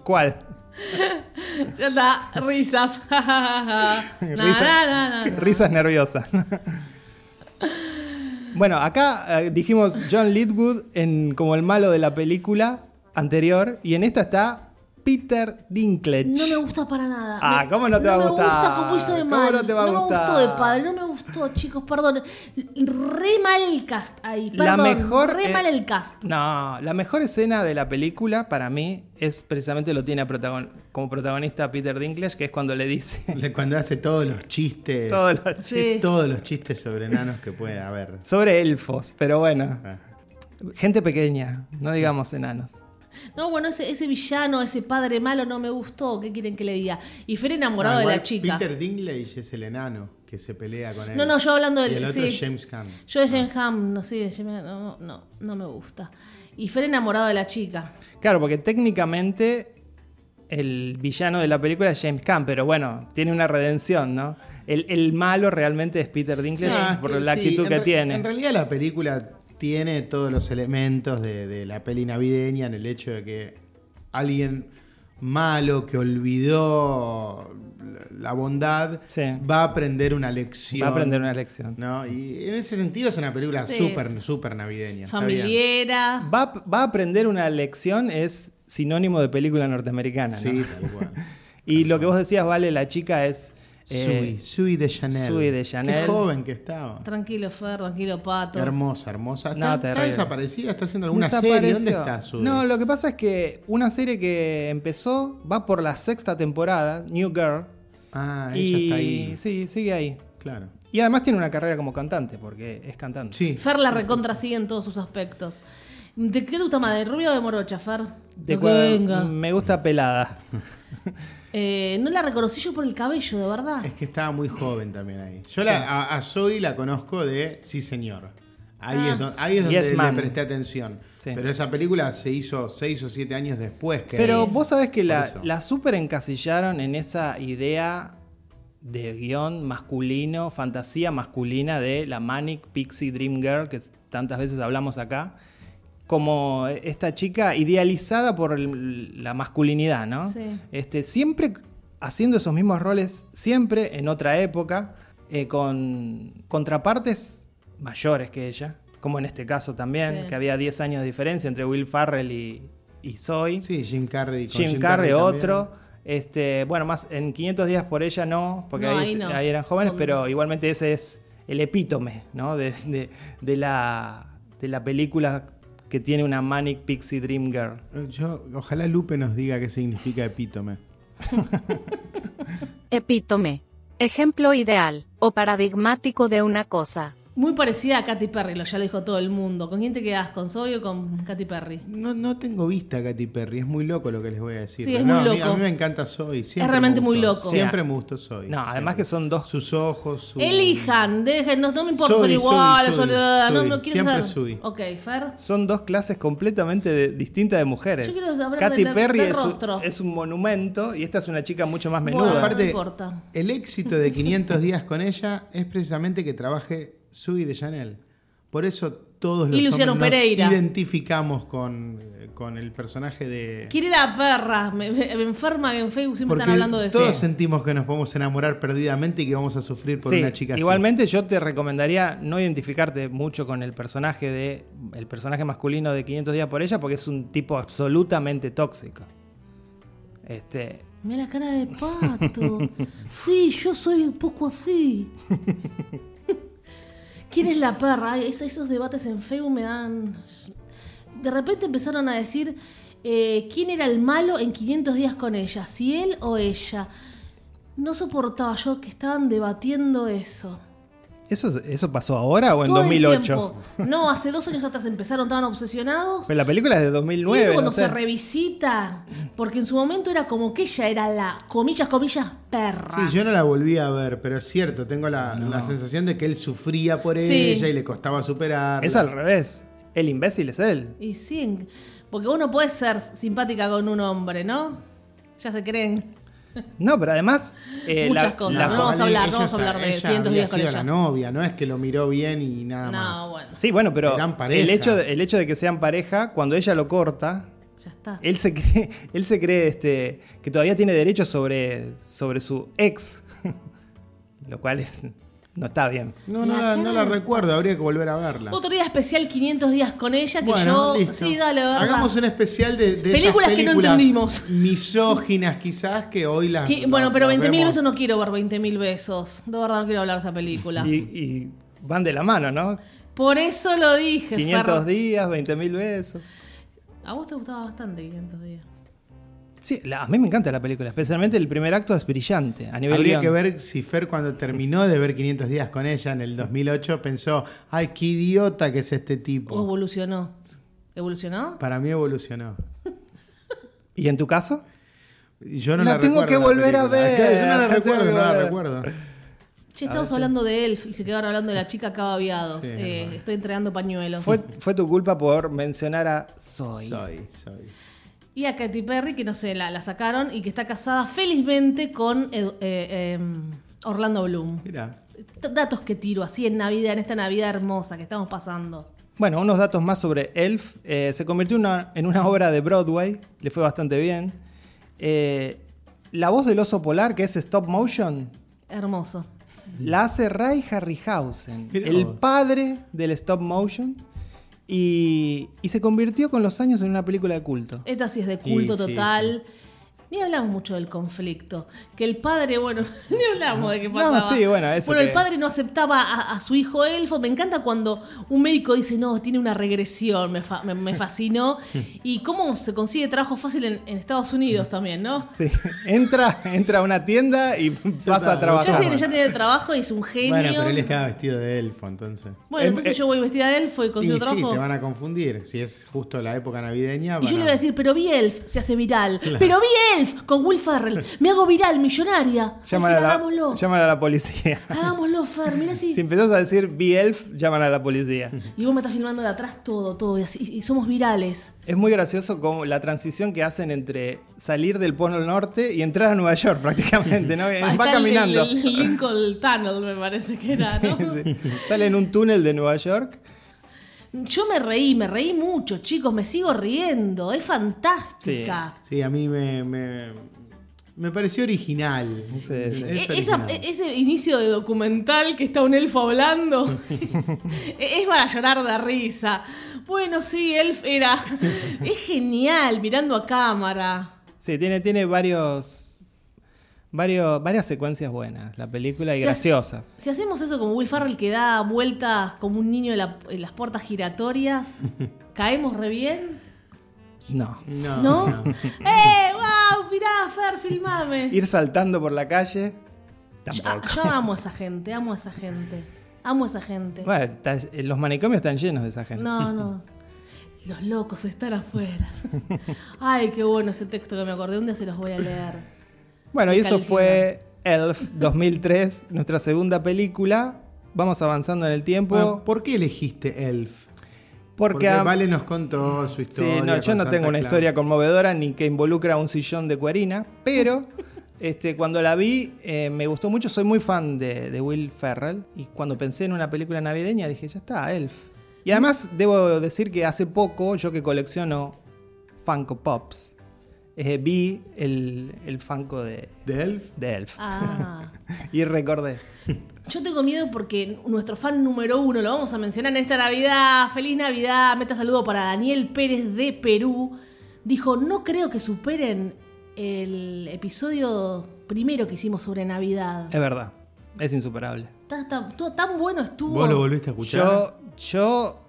S2: ¿Cuál?
S1: Ya está, risas. Na,
S2: Risa-
S1: na, na, na, na.
S2: Risas nerviosas. bueno, acá eh, dijimos John Lidwood en, como el malo de la película anterior y en esta está Peter Dinklage.
S1: No me gusta para nada.
S2: Ah,
S1: Me-
S2: ¿cómo no te va a
S1: me
S2: gustar?
S1: gusta cómo hizo de
S2: ¿Cómo
S1: mal.
S2: no te va a
S1: me gustó
S2: gustar?
S1: de padre, no me gustó, chicos, perdón. Re mal el cast ahí,
S2: La
S1: perdón.
S2: mejor
S1: Re
S2: eh,
S1: mal el cast.
S2: No, la mejor escena de la película para mí es precisamente lo tiene a protagon- como protagonista a Peter Dinklage, que es cuando le dice
S3: Le- Cuando hace todos los chistes.
S2: todos los-
S1: Sí.
S3: Todos los chistes sobre enanos que pueda haber.
S2: sobre elfos, pero bueno,
S3: Ah.
S2: gente pequeña, no digamos enanos.
S1: No, bueno, ese, ese villano, ese padre malo no me gustó. ¿Qué quieren que le diga? Y Fer enamorado
S2: Ah,
S3: No,
S1: de la
S3: igual
S1: chica.
S3: Peter Dinklage es el enano que se pelea con él.
S1: No, no, yo hablando del-
S3: Y el otro
S1: sí.
S3: es James Caan.
S1: Yo
S2: Ah.
S1: de Jen Ham, no sé, de Jen- no, no, no, no me gusta. Y Fer enamorado de la chica.
S2: Claro, porque técnicamente el villano de la película es James Caan, pero bueno, tiene una redención, ¿no? El, el malo realmente es Peter Dinklage
S3: Ah, es
S2: por
S3: que
S2: la
S3: sí,
S2: actitud
S3: en
S2: que
S3: re-
S2: tiene.
S3: En realidad la película tiene todos los elementos de, de la peli navideña en el hecho de que alguien malo que olvidó la- la bondad
S2: Sí.
S3: va a aprender una lección.
S2: Va a aprender una lección.
S3: ¿no? Y en ese sentido es una película
S1: Sí,
S3: súper super navideña. está bien.
S1: Familiera.
S2: Va, a- va a aprender una lección es sinónimo de película norteamericana, ¿no?
S3: Sí, tal cual.
S2: Y lo que vos decías, Vale, la chica es... eh,
S3: Sui, Sui de Chanel.
S2: Sui de Chanel.
S3: Qué joven que estaba.
S1: Tranquilo, Fer, tranquilo, Pato.
S3: Hermosa, hermosa.
S2: No,
S3: Está, está
S2: terrible.
S3: desaparecida, está haciendo alguna serie. ¿Dónde
S2: desapareció.
S3: está Sui?
S2: No, lo que pasa es que una serie que empezó va por la sexta temporada, New Girl.
S3: Ah, ella
S2: y
S3: está ahí.
S2: sí, sigue ahí.
S3: Claro.
S2: Y además tiene una carrera como cantante, porque es cantante.
S3: Sí.
S1: Fer la recontra sigue en todos sus aspectos. ¿De qué te gusta más? ¿De rubio o de morocha, Fer?
S2: De
S1: Lo que
S2: cua-
S1: venga.
S3: Mm.
S2: Me gusta pelada.
S1: Eh, no la reconocí yo por el cabello, de verdad.
S3: Es que estaba muy joven también ahí. Yo la, a, a Zoe la conozco de Sí Señor. Ahí,
S1: Ah.
S3: es, do- ahí es donde
S2: Yes,
S3: le
S2: ma'am.
S3: presté atención.
S2: Sí.
S3: Pero esa película se hizo seis o siete años después. Que
S2: Pero vos sabés que
S3: Por
S2: la,
S3: eso.
S2: la super encasillaron en esa idea de guión masculino, fantasía masculina de la Manic Pixie Dream Girl, que tantas veces hablamos acá, como esta chica idealizada por el- la masculinidad, ¿no?
S1: Sí.
S2: Este, siempre haciendo esos mismos roles siempre en otra época, eh, con contrapartes mayores que ella, como en este caso también,
S1: Sí.
S2: que había 10 años de diferencia entre Will Farrell y, y Zoe.
S3: Sí, Jim Carrey. con
S2: Jim, Carrey,
S3: también.
S2: otro. Este, bueno, más en 500 días por ella no, porque
S1: No,
S2: ahí,
S1: ahí no.
S2: ahí eran jóvenes,
S1: Con-
S2: pero igualmente ese es el epítome, ¿no? De, de- de la, de la película que tiene una Manic Pixie Dream Girl.
S3: Yo, ojalá Lupe nos diga qué significa epítome.
S5: Epítome. Ejemplo ideal o paradigmático de una cosa.
S1: Muy parecida a Katy Perry, lo ya lo dijo todo el mundo. ¿Con quién te quedas? ¿Con Zoe o con Katy Perry?
S3: No, no tengo vista a Katy Perry, es muy loco lo que les voy a decir.
S1: Sí, es muy
S3: No, a mí- A
S1: loco.
S3: mí me encanta Soy. siempre
S1: Es realmente
S3: me
S1: muy
S3: gustó,
S1: loco.
S3: Siempre me gustó Soy.
S2: No, además que son dos.
S3: Sus ojos, su...
S1: Elijan, dejen, no, no me importa,
S3: Zoe,
S1: son iguales,
S3: Zoe,
S1: son-
S3: Zoe,
S1: no,
S3: Zoe,
S1: no quiero
S3: siempre
S1: saber.
S3: Zoe.
S1: Ok, Fer.
S2: Son dos clases completamente de- distintas de mujeres.
S1: Yo quiero saber
S2: Katy
S1: del-
S2: Perry
S1: del
S2: es, un-
S1: rostro.
S2: es un monumento y esta es una chica mucho más
S1: Bueno,
S2: menuda.
S1: no
S3: Aparte-
S1: me importa.
S3: El éxito de 500 días con ella es precisamente que trabaje Sui de Chanel. Por eso todos los
S1: Y Luciano
S3: hombres nos
S1: Pereira.
S3: identificamos con, eh, con el personaje de...
S1: Quiere ir a perras, me, me- me enferma que en Facebook siempre
S3: Porque
S1: están hablando de
S3: todos
S1: eso.
S3: sentimos que nos podemos enamorar perdidamente y que vamos a sufrir por
S2: Sí,
S3: una chica así.
S2: Igualmente yo te recomendaría no identificarte mucho con el personaje de el personaje masculino de 500 días por ella porque es un tipo absolutamente tóxico. Este,
S1: Mira la cara de pato. Sí, yo soy un poco así. ¿Quién es la perra? Ay, es- esos debates en Facebook me dan. De repente empezaron a decir eh, quién era el malo en 500 días con ella, si él o ella. No soportaba yo que estaban debatiendo eso.
S2: ¿eso, ¿Eso pasó ahora o en
S1: Todo el
S2: 2008?
S1: tiempo. No, hace dos años atrás empezaron, estaban obsesionados.
S2: Pero la película es de
S1: Y luego
S2: 2009.
S1: cuando
S2: no sé.
S1: se revisita, porque en su momento era como que ella era la, comillas, comillas, perra.
S3: Sí, yo no la volví a ver, pero es cierto, tengo la, la sensación de que él sufría por
S1: Sí.
S3: ella y le costaba superar.
S2: Es al revés. El imbécil es él.
S1: Y sí, porque vos no podés ser simpática con un hombre, ¿no? Ya se creen.
S2: No, pero además... eh,
S1: Muchas
S2: la-
S1: cosas,
S2: la-
S1: no vamos a hablar, no vamos a hablar de 500
S3: había
S1: días con
S3: sido
S1: ella.
S3: la novia, no es que lo miró bien y nada
S1: No,
S3: más.
S1: bueno,
S2: Sí, bueno, pero
S3: Eran pareja.
S2: el hecho, de, el hecho de que sean pareja, cuando ella lo corta,
S1: ya está.
S3: Eh,
S2: Él se cree, él se cree este, que todavía tiene derecho sobre, sobre su ex. Lo cual es, no está bien.
S3: No, no
S1: La
S3: la, no
S1: cara
S3: la
S1: de-
S3: recuerdo, habría que volver a verla.
S1: Otro día especial 500 días con ella, que yo...
S3: listo.
S1: Sí, dale, ¿verdad?
S3: Hagamos un especial de, de esas
S1: Películas que no entendimos.
S3: Misóginas quizás que hoy las.
S1: Que-
S3: las-
S1: bueno, pero
S3: las
S1: 20.000
S3: vemos.
S1: besos no quiero ver 20.000 besos. De verdad no quiero hablar de esa película.
S2: Y, y van de la mano, ¿no?
S1: Por eso lo dije.
S2: 500
S1: Fer.
S2: días, 20 mil besos.
S1: A vos te gustaba bastante 500 días.
S2: Sí, la- a mí me encanta la película. Especialmente el primer acto es brillante. A nivel
S3: Habría
S2: guión.
S3: que ver si Fer cuando terminó de ver 500 días con ella en el 2008 pensó, ay, qué idiota que es este
S1: O
S3: tipo.
S1: evolucionó. ¿Evolucionó?
S3: Para mí evolucionó.
S2: ¿Y en tu caso?
S3: Yo no
S2: La
S3: la,
S2: tengo
S3: recuerdo
S2: que
S3: la
S2: volver a
S3: película.
S2: ver,
S3: Claro, Yo no la
S2: la
S3: recuerdo,
S2: tengo
S3: no
S2: que
S3: la
S2: volver.
S3: recuerdo.
S1: Che, estamos hablando de Elf y se quedaron hablando de la chica acá babiados.
S3: Sí,
S1: Eh,
S3: es verdad.
S1: estoy entregando pañuelos.
S2: Fue, fue tu culpa por mencionar a Zoe.
S3: Soy, soy.
S1: Y a Katy Perry, que no sé, la, la sacaron y que está casada felizmente con Ed- eh, em, Orlando Bloom.
S3: Mira,
S1: T- Datos que tiro así en Navidad, en esta Navidad hermosa que estamos pasando.
S2: Bueno, unos datos más sobre Elf. Eh, se convirtió una- en una obra de Broadway, le fue bastante bien. Eh, la voz del oso polar, que es stop motion,
S1: Hermoso.
S2: la hace Ray Harryhausen,
S3: Mirá
S2: el
S3: vos.
S2: padre del stop motion, y, y se convirtió con los años en una película de culto.
S1: Esta sí es de culto
S3: Y sí,
S1: total. Ni hablamos mucho del conflicto. Que el padre, bueno, ni hablamos de qué
S2: No,
S1: pasaba.
S2: sí, bueno, eso
S1: Bueno, el
S2: que-
S1: padre no aceptaba a, a su hijo elfo. Me encanta cuando un médico dice, no, tiene una regresión. Me, fa- me- me fascinó. y cómo se consigue trabajo fácil en, en Estados Unidos también, ¿no?
S2: Sí, Entra, entra a una tienda y pasa a
S3: está,
S2: trabajar.
S1: Ya tiene, ya tiene trabajo y es un genio.
S3: bueno, pero él estaba vestido de elfo entonces.
S1: Bueno,
S2: Em-
S1: entonces
S2: eh,
S1: yo voy vestida de elfo y
S3: Y
S1: consigo
S3: sí,
S1: trabajo.
S3: te van a confundir. Si es justo la época navideña.
S1: Y yo
S3: van
S1: le voy a decir, pero vi Elf, se hace viral. Pero vi Elf con Will Ferrell, me hago viral, millonaria.
S2: Llaman, a
S1: Al fin,
S2: la,
S1: hagámoslo.
S2: llaman a la policía.
S1: Hagámoslo, Fer, mira si.
S2: Si empezás a decir vi Elf, llaman a la policía.
S1: Y vos me estás filmando de atrás todo, todo, y, así- y- y somos virales.
S2: Es muy gracioso como la transición que hacen entre salir del Polo Norte y entrar a Nueva York prácticamente, ¿no?
S1: Ah,
S2: Eh, Va
S1: está el-
S2: caminando.
S1: El, el Lincoln Tunnel, me parece que era, ¿no?
S2: Sí, Sale en un túnel de Nueva York.
S1: Yo me reí, me reí mucho, chicos, me sigo riendo, es fantástica.
S3: Sí, a mí me, me, Me pareció original.
S2: Sí,
S1: E-
S3: Es
S1: esa-
S3: original.
S1: e- ese inicio de documental que está un elfo hablando e- es para llorar de risa. Bueno, sí, Elf era. Es genial mirando a cámara.
S2: Sí, tiene, tiene varios, varios, varias secuencias buenas la película y
S1: Sí,
S2: graciosas.
S1: Si hacemos eso como Will Farrell que da vueltas como un niño en, la- en las puertas giratorias, caemos re bien.
S2: No.
S3: No,
S1: e-, ¿No?
S3: no.
S1: ¡Eh! ¡Wow! Mirá, Fer, filmame.
S2: Ir saltando por la calle,
S1: Yo,
S2: tampoco.
S1: yo amo a esa gente, amo a esa gente. Amo a esa gente.
S2: Bueno, está- eh, los manicomios están llenos de esa gente.
S1: No, no. Los locos están afuera. Ay, qué bueno ese texto que me acordé. Un día se los voy a leer.
S2: Bueno, y
S1: Me
S2: eso
S1: califican.
S2: fue Elf 2003, nuestra segunda película. Vamos avanzando en el tiempo.
S3: Bueno, Ah, ¿Por qué elegiste Elf?
S2: porque
S3: Porque
S2: a-
S3: Vale nos contó su
S2: Sí,
S3: historia.
S2: no, yo
S3: con
S2: no
S3: Santa
S2: tengo una
S3: Claus.
S2: historia conmovedora ni que involucra un sillón de cuerina, pero este, cuando la vi eh, me gustó mucho, soy muy fan de, de Will Ferrell y cuando pensé en una película navideña dije, ya está, Elf. Y además debo decir que hace poco, yo que colecciono Funko Pops, eh, vi el, el Funko de,
S3: ¿De Elf?
S2: de Elf
S1: Ah.
S2: y recordé.
S1: Yo tengo miedo porque nuestro fan número uno, lo vamos a mencionar en esta Navidad. Feliz Navidad. Meta saludo para Daniel Pérez de Perú. Dijo, no creo que superen el episodio primero que hicimos sobre Navidad.
S3: Eh.
S2: Es verdad, es insuperable.
S1: Tan, tan- tu- tan bueno estuvo.
S3: ¿Vos lo volviste a escuchar?
S2: Yo, yo,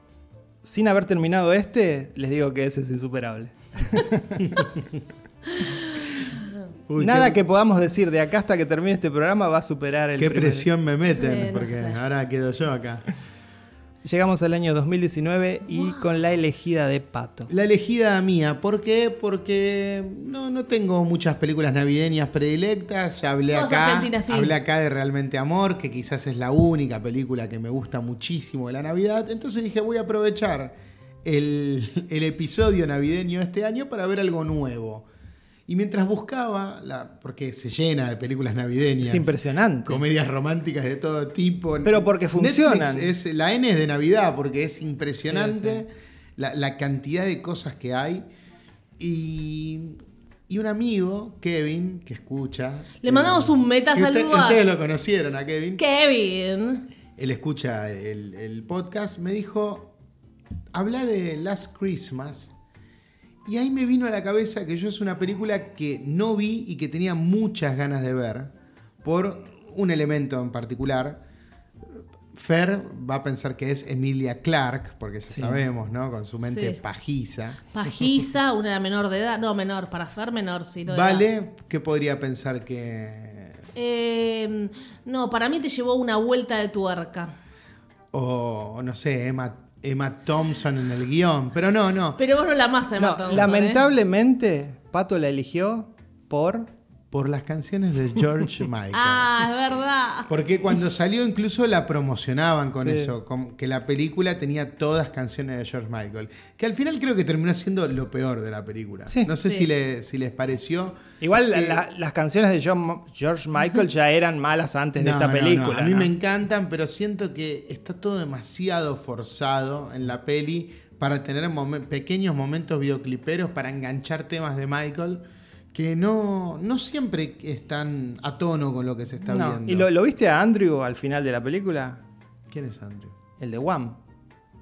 S2: sin haber terminado este, les digo que ese es insuperable.
S3: Uy,
S2: Nada
S3: qué,
S2: que podamos decir de acá hasta que termine este programa va a superar el.
S3: qué
S2: primer-
S3: presión me meten,
S1: Sí, no
S3: porque
S1: sé.
S3: ahora quedo yo acá.
S2: Llegamos al año 2019 y con la elegida de Pato.
S3: La elegida mía, ¿por qué? Porque no, no tengo muchas películas navideñas predilectas, ya hablé
S1: Todas
S3: acá,
S1: argentinas, sí.
S3: hablé acá de Realmente Amor, que quizás es la única película que me gusta muchísimo de la Navidad, entonces dije voy a aprovechar el, el episodio navideño este año para ver algo nuevo. Y mientras buscaba, la, porque se llena de películas navideñas.
S2: Es impresionante.
S3: Comedias románticas de todo tipo.
S2: Pero porque
S3: Netflix
S2: funcionan.
S3: Es, la N es de Navidad, porque es
S2: Sí,
S3: impresionante La, la cantidad de cosas que hay. Y, y un amigo, Kevin, que escucha.
S1: Le mandamos un meta
S3: que usted-
S1: saludo a-
S3: Ustedes lo conocieron a Kevin.
S1: Kevin.
S3: Él escucha el, el podcast. Me dijo: habla de Last Christmas. Y ahí me vino a la cabeza que yo es una película que no vi y que tenía muchas ganas de ver por un elemento en particular. Fer va a pensar que es Emilia Clark, porque ya sabemos, ¿no? Con su mente
S1: Sí.
S3: pajiza.
S1: Pajiza, una menor de edad. No, menor, para Fer, menor, sí. no de edad.
S3: Vale, que podría pensar que.
S1: Eh, no, para mí te llevó una vuelta de tuerca.
S3: O no sé, Emma, Emma Thompson en el guión. Pero no, no.
S1: Pero vos no la más, Emma
S2: No,
S3: ¿eh?
S1: Thompson,
S2: lamentablemente, Pato la eligió por.
S3: Por las canciones de George
S1: ¿eh?
S3: Michael.
S1: Ah, es verdad.
S3: Porque cuando salió incluso la promocionaban con
S2: Sí.
S3: eso, con que la película tenía todas canciones de George Michael. Que al final creo que terminó siendo lo peor de la película.
S2: Sí.
S3: No sé
S1: Sí.
S3: si, le- si les pareció.
S2: Igual la-
S3: Eh,
S2: la- las canciones de John- George Michael ya eran malas antes de
S3: no,
S2: esta
S3: no,
S2: película.
S3: no. A mí
S2: ¿no?
S3: me encantan, pero siento que está todo demasiado forzado en la peli para tener momen- pequeños momentos videocliperos, para enganchar temas de Michael, que no, no siempre están a tono con lo que se está
S2: No.
S3: viendo.
S2: ¿Y lo, lo viste a Andrew al final de la película?
S3: ¿Quién es Andrew?
S2: El de Wham.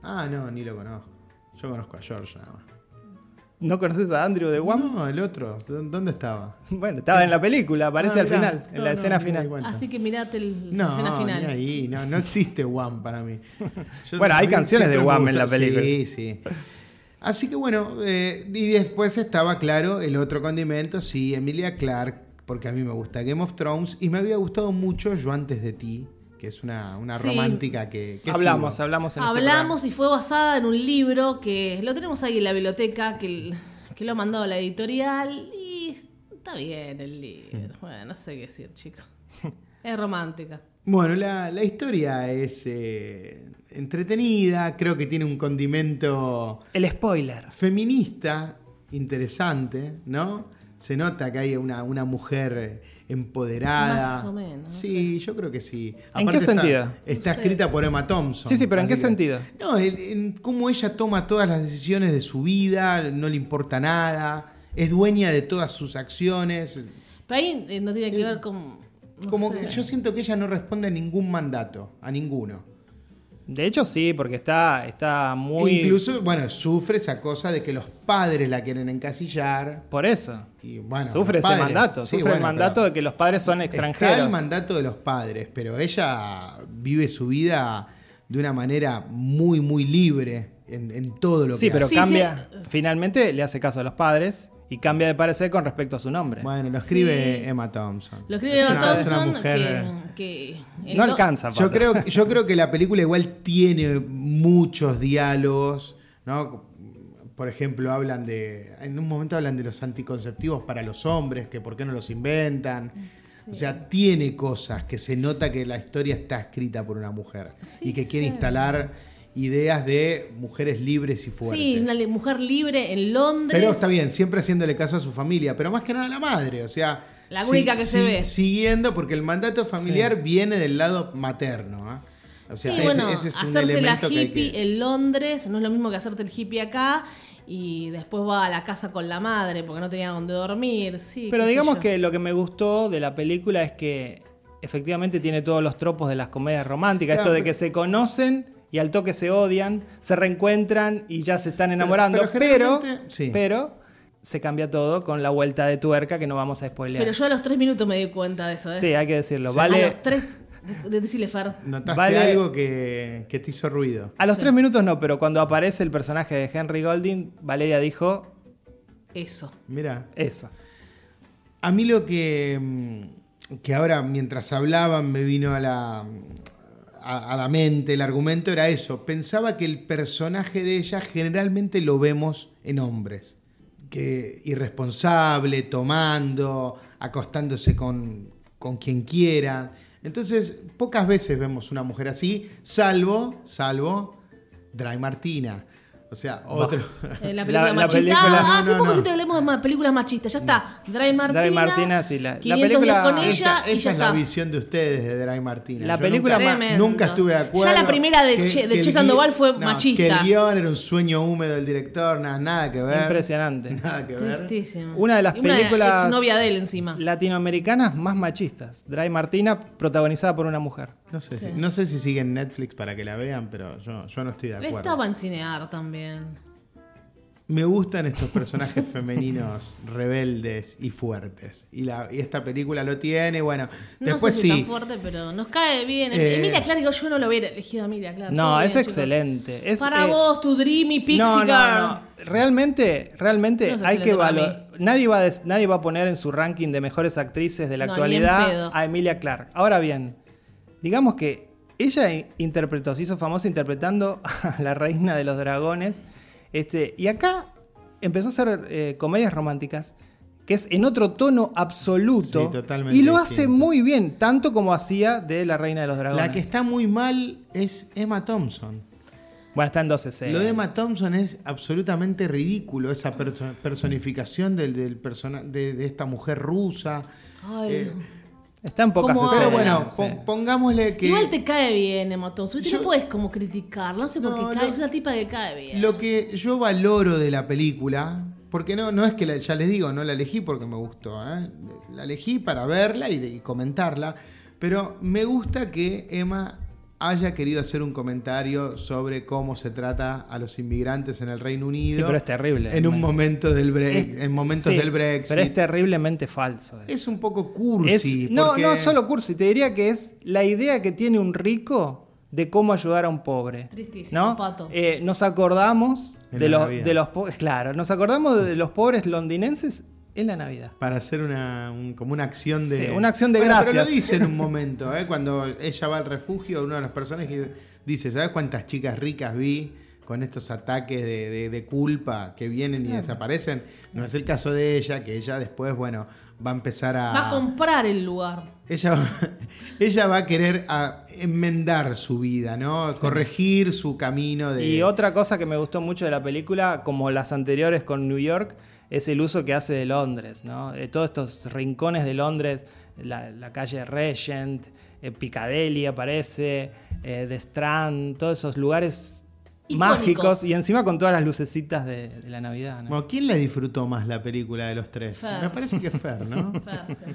S3: Ah, no, ni lo conozco. Yo conozco a George nada más.
S2: ¿No conoces a Andrew de Wham?
S3: No, el otro. ¿Dó- ¿Dónde estaba?
S2: Bueno, estaba en la película, aparece
S3: Ah,
S2: al
S3: mirá.
S2: final, en
S3: No,
S2: la
S3: no,
S2: escena
S3: no me di
S2: final.
S3: cuenta.
S1: Así que mirate el- la
S3: No,
S1: escena final.
S3: ni ahí, no, no existe Wham para mí. Yo-
S2: Bueno, hay
S3: a mí
S2: canciones de
S3: siempre me
S2: Wham en
S3: gustó-
S2: la película.
S3: Sí, sí. Así que bueno, eh, y después estaba claro el otro condimento, sí, Emilia Clark, porque a mí me gusta Game of Thrones y me había gustado mucho Yo antes de ti, que es una, una
S1: Sí.
S3: romántica que, que
S2: Hablamos,
S3: sigo.
S2: hablamos en este
S1: Hablamos y fue basada en un libro que lo tenemos ahí en la biblioteca, que, que lo ha mandado la editorial. Y está bien el libro. Bueno, no sé qué decir, chico. Es romántica.
S3: Bueno, la, la historia es eh, entretenida, creo que tiene un condimento
S2: El spoiler.
S3: feminista interesante, ¿no? Se nota que hay una, una mujer empoderada.
S1: Más o menos,
S3: Sí, yo creo que sí.
S2: ¿En qué
S3: está-
S2: sentido?
S3: Está
S1: No sé.
S3: escrita por Emma Thompson.
S2: Sí, sí, pero ¿en
S3: así
S2: qué
S3: que-
S2: sentido?
S3: No, en, en cómo ella toma todas las decisiones de su vida, no le importa nada, es dueña de todas sus acciones.
S1: Pero ahí eh, no tiene que
S3: Eh,
S1: ver con. no
S3: Como
S1: sé.
S3: que yo siento que ella no responde a ningún mandato, a ninguno.
S2: De hecho, sí, porque está, está muy.
S3: Incluso, bueno, sufre esa cosa de que los padres la quieren encasillar.
S2: Por eso.
S3: Y bueno,
S2: sufre
S3: los
S2: ese
S3: padres.
S2: mandato.
S3: Sí,
S2: sufre el
S3: bueno,
S2: mandato
S3: pero
S2: de que los padres son
S3: Está el
S2: extranjeros.
S3: mandato de los padres, pero ella vive su vida de una manera muy, muy libre en, en todo lo que
S2: Sí, pero
S3: hace.
S1: Sí,
S2: cambia. Finalmente le hace caso a los padres y cambia de parecer con respecto a su nombre.
S3: Bueno, lo escribe
S1: Sí.
S3: Emma Thompson.
S1: Lo escribe
S3: Es
S1: Emma
S3: una- es una
S1: Thompson
S3: mujer, eh,
S1: que, que- el
S2: no
S1: do-
S2: alcanza.
S3: Yo
S2: Pato.
S3: creo, yo creo que la película igual tiene muchos diálogos, ¿no? Por ejemplo, hablan de. En un momento hablan de los anticonceptivos para los hombres, que por qué no los inventan. O sea, tiene cosas que se nota que la historia está escrita por una mujer
S1: Sí,
S3: y que quiere
S1: sí.
S3: instalar ideas de mujeres libres y fuertes.
S1: Sí, una li- mujer libre en Londres.
S3: Pero está bien, siempre haciéndole caso a su familia, pero más que nada a la madre, o sea.
S1: La única que se ve.
S3: Siguiendo, porque el mandato familiar viene del lado materno. ¿ah? O
S1: Sí,
S3: sea, ese-
S1: bueno,
S3: ese es un
S1: hacerse la
S3: elemento que hay
S1: hippie
S3: que-
S1: en Londres no es lo mismo que hacerte el hippie acá y después va a la casa con la madre porque no tenía dónde dormir. Sí,
S2: Pero
S1: qué sé
S2: digamos
S1: yo.
S2: que lo que me gustó de la película es que efectivamente tiene todos los tropos de las comedias románticas.
S3: Claro,
S2: Esto de
S3: pero-
S2: que se conocen y al toque se odian, se reencuentran y ya se están enamorando.
S3: pero
S2: Pero, pero,
S3: generalmente- sí.
S2: se cambia todo con la vuelta de tuerca que no vamos a spoilear.
S1: Pero yo a los tres minutos me di cuenta de eso, ¿eh? Ah,
S2: Sí, hay que decirlo.
S3: Sí.
S1: A
S2: Vale.
S1: los tres. de- de- Decirle Fer.
S3: Notaste
S2: Vale.
S3: algo que, que te hizo ruido.
S2: A los tres minutos no, pero cuando aparece el personaje de Henry Golding, Valeria dijo
S1: Eso.
S3: Mira,
S2: eso.
S3: a mí lo que, mm, que ahora mientras hablaban me vino a la, a, a la mente el argumento era eso. Pensaba que el personaje de ella generalmente lo vemos en hombres. Que irresponsable, tomando, acostándose con, con quien quiera. Entonces, pocas veces vemos una mujer así, salvo, salvo Dry Martina. O sea, otro.
S1: Eh, la
S2: La-
S1: película
S2: la
S1: machista.
S2: película-
S1: ah,
S3: No,
S1: hace
S3: no, Mm.
S1: poquito
S3: no.
S1: que hablemos de ma- películas machistas. Ya está. Dry Martina.
S2: Martina, sí, la- la
S1: 500
S2: película-
S1: días con ella
S3: Esa,
S1: y ya
S3: esa es la ¿eh?
S1: está.
S3: visión de ustedes de Dry Martina.
S2: La
S3: Yo
S2: película
S3: nunca,
S2: ma-
S1: Tremendo.
S3: nunca estuve de acuerdo.
S1: Ya la primera de Che- de
S3: el
S1: Che Sandoval
S3: gui-
S1: fue
S3: no,
S1: machista.
S3: Que el guión era un sueño húmedo del director, nada, nada que ver.
S2: Impresionante.
S3: Nada que ver.
S1: Tristísima.
S2: Una de las
S1: Y
S2: películas-
S1: Una novia de él encima.
S2: Latinoamericanas más machistas. Dry Martina, protagonizada por una mujer.
S3: No sé,
S1: Sí.
S3: si, no sé si siguen Netflix para que la vean, pero yo, yo no estoy de acuerdo.
S1: Estaba en cinear E también.
S3: Me gustan estos personajes femeninos rebeldes y fuertes. Y, la, y esta película lo tiene, bueno.
S1: No
S3: después
S1: sé si
S3: sí.
S1: tan fuerte, pero nos cae bien.
S3: Eh,
S1: Emilia Clarke, digo, yo no lo hubiera elegido a Emilia Clarke.
S2: No,
S1: Todo
S2: es
S1: bien,
S2: excelente.
S1: chicos.
S2: Es,
S1: Para
S2: eh,
S1: vos, tu dreamy pixie
S2: no,
S1: girl.
S2: no, no. Realmente, realmente
S1: No sé
S2: hay
S1: si le
S2: que
S1: toca a
S2: valorar. Nadie va, a des- nadie va a poner en su ranking de mejores actrices de la
S1: No, ni en
S2: actualidad
S1: pedo.
S2: a Emilia Clarke. Ahora bien, digamos que ella i- interpretó, se hizo famosa interpretando a la reina de los dragones. Este, y acá empezó a hacer eh, comedias románticas, que es en otro tono absoluto.
S3: Sí, totalmente
S2: y lo hace
S3: distinto.
S2: muy bien, tanto como hacía de la reina de los dragones.
S3: La que está muy mal es Emma Thompson.
S2: Bueno, está en 12 series.
S3: Lo de Emma Thompson es absolutamente ridículo, esa perso- personificación del, del persona- de, de esta mujer rusa.
S1: Ay,
S3: Eh,
S1: no.
S2: Está en pocas
S1: ¿Cómo
S2: escenas.
S3: pero
S1: Sí,
S3: bueno,
S2: sí.
S3: po- pongámosle que
S1: Igual te cae bien, Emma Thompson. Viste,
S3: Yo-
S1: no puedes como criticarla, no sé por qué
S3: No,
S1: cae.
S3: lo-
S1: Es una tipa que cae bien.
S3: lo que yo valoro de la película, porque no, no es que la- ya les digo, no la elegí porque me gustó, ¿eh? la elegí para verla y, de- y comentarla, pero me gusta que Emma haya querido hacer un comentario sobre cómo se trata a los inmigrantes en el Reino Unido.
S2: Sí, pero es terrible.
S3: En un
S2: Me-
S3: momento del break,
S2: Es-
S3: en momentos
S2: sí,
S3: del Brexit.
S2: Pero es terriblemente falso. eso.
S3: Es un poco
S2: Es-
S3: cursi.
S2: no,
S3: porque-
S2: no solo cursi, te diría que es la idea que tiene un rico de cómo ayudar a un pobre.
S1: Tristísimo,
S2: ¿no?
S1: Pato.
S2: Eh, nos acordamos
S3: En
S2: de
S3: la
S2: los,
S3: Navidad.
S2: de los pobres. Claro, nos acordamos de los pobres londinenses en la Navidad.
S3: Para hacer una, un- como una acción de.
S2: Sí, una acción de
S3: Pero
S2: gracias.
S3: lo dice en un momento, ¿eh? cuando ella va al refugio, uno de los personajes dice: ¿Sabes cuántas chicas ricas vi con estos ataques de, de- de culpa que vienen y desaparecen? No es el caso de ella, que ella después, bueno, va a empezar a.
S1: Va a comprar el lugar.
S3: Ella, va- ella va a querer a enmendar su vida, ¿no? Corregir su camino de.
S2: Y otra cosa que me gustó mucho de la película, como las anteriores con New York, es el uso que hace de Londres, ¿no? De todos estos rincones de Londres, la, la calle Regent, eh, Piccadilly aparece, eh, The Strand, todos esos lugares
S1: Icónicos.
S2: mágicos y encima con todas las lucecitas de, de la Navidad. ¿no?
S3: Bueno, ¿quién la disfrutó más la película de los tres?
S1: Fer.
S3: Me parece que Fer, ¿no?
S1: Farce.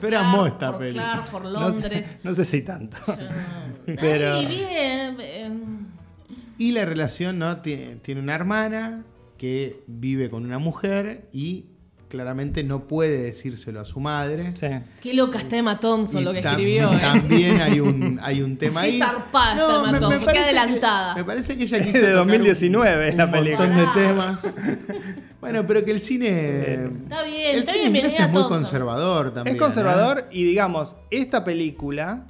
S3: Fer amó
S1: Clark,
S3: esta
S1: por
S3: peli.
S1: Clark, por
S2: No sé-
S1: Londres.
S2: No, sé, si tanto.
S1: Pero...
S2: Pero-
S1: bien. eh,
S3: Y la relación, ¿no? Tiene, tiene una hermana que vive con una mujer y claramente no puede decírselo a su madre.
S2: Sí.
S1: Qué loca está Emma Thompson
S3: Y
S1: lo que
S3: tam-
S1: escribió. ¿eh?
S3: También hay un, hay un tema
S1: Qué
S3: ahí.
S1: zarpada está Emma Thompson, qué
S3: parece que-
S1: adelantada.
S3: me parece que ella quiso
S2: de
S3: tocar un-
S2: 2019
S3: un
S2: la
S3: montón
S2: película.
S3: de
S1: Pará.
S3: temas. Bueno, pero que el cine.
S1: Está bien,
S3: el
S1: está
S3: cine
S1: bien,
S3: inglés
S1: bienvenida
S3: es muy
S1: Thompson.
S3: conservador también.
S2: Es conservador y digamos, esta película,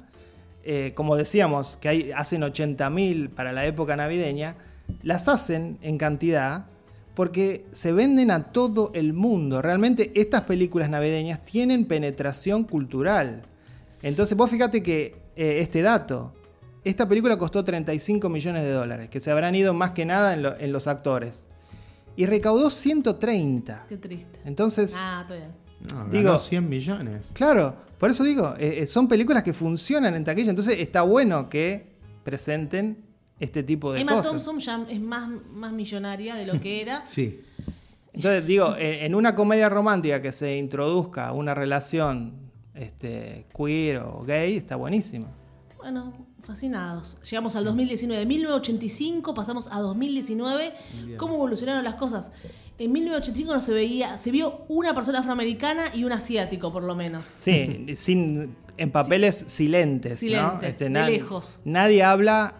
S2: eh, como decíamos, que hay, hacen 80.000 para la época navideña, las hacen en cantidad porque se venden a todo el mundo. Realmente estas películas navideñas tienen penetración cultural. Entonces vos fíjate que eh, este dato, esta película costó 35 millones de dólares, que se habrán ido más que nada en, lo- en los actores. Y recaudó 130.
S1: Qué triste.
S2: Entonces...
S1: Ah, está bien.
S3: ¿eh? No, ganó
S2: Digo-
S3: 100 millones.
S2: Claro, por eso digo, eh, eh, son películas que funcionan en taquilla, entonces está bueno que presenten este tipo de
S1: Emma
S2: cosas.
S1: Thompson ya es más, más millonaria de lo que era.
S3: Sí.
S2: Entonces digo, eh, en una comedia romántica que se introduzca una relación este, queer o gay, está buenísimo.
S1: Bueno, fascinados. Llegamos al 2019. 1985 pasamos a 2019. ¿Cómo evolucionaron las cosas? En 1985 no se veía, se vio una persona afroamericana y un asiático, por lo menos.
S2: Sí, sin, en papeles silentes. ¿no?
S1: Silentes, de
S2: na-
S1: lejos.
S2: Nadie habla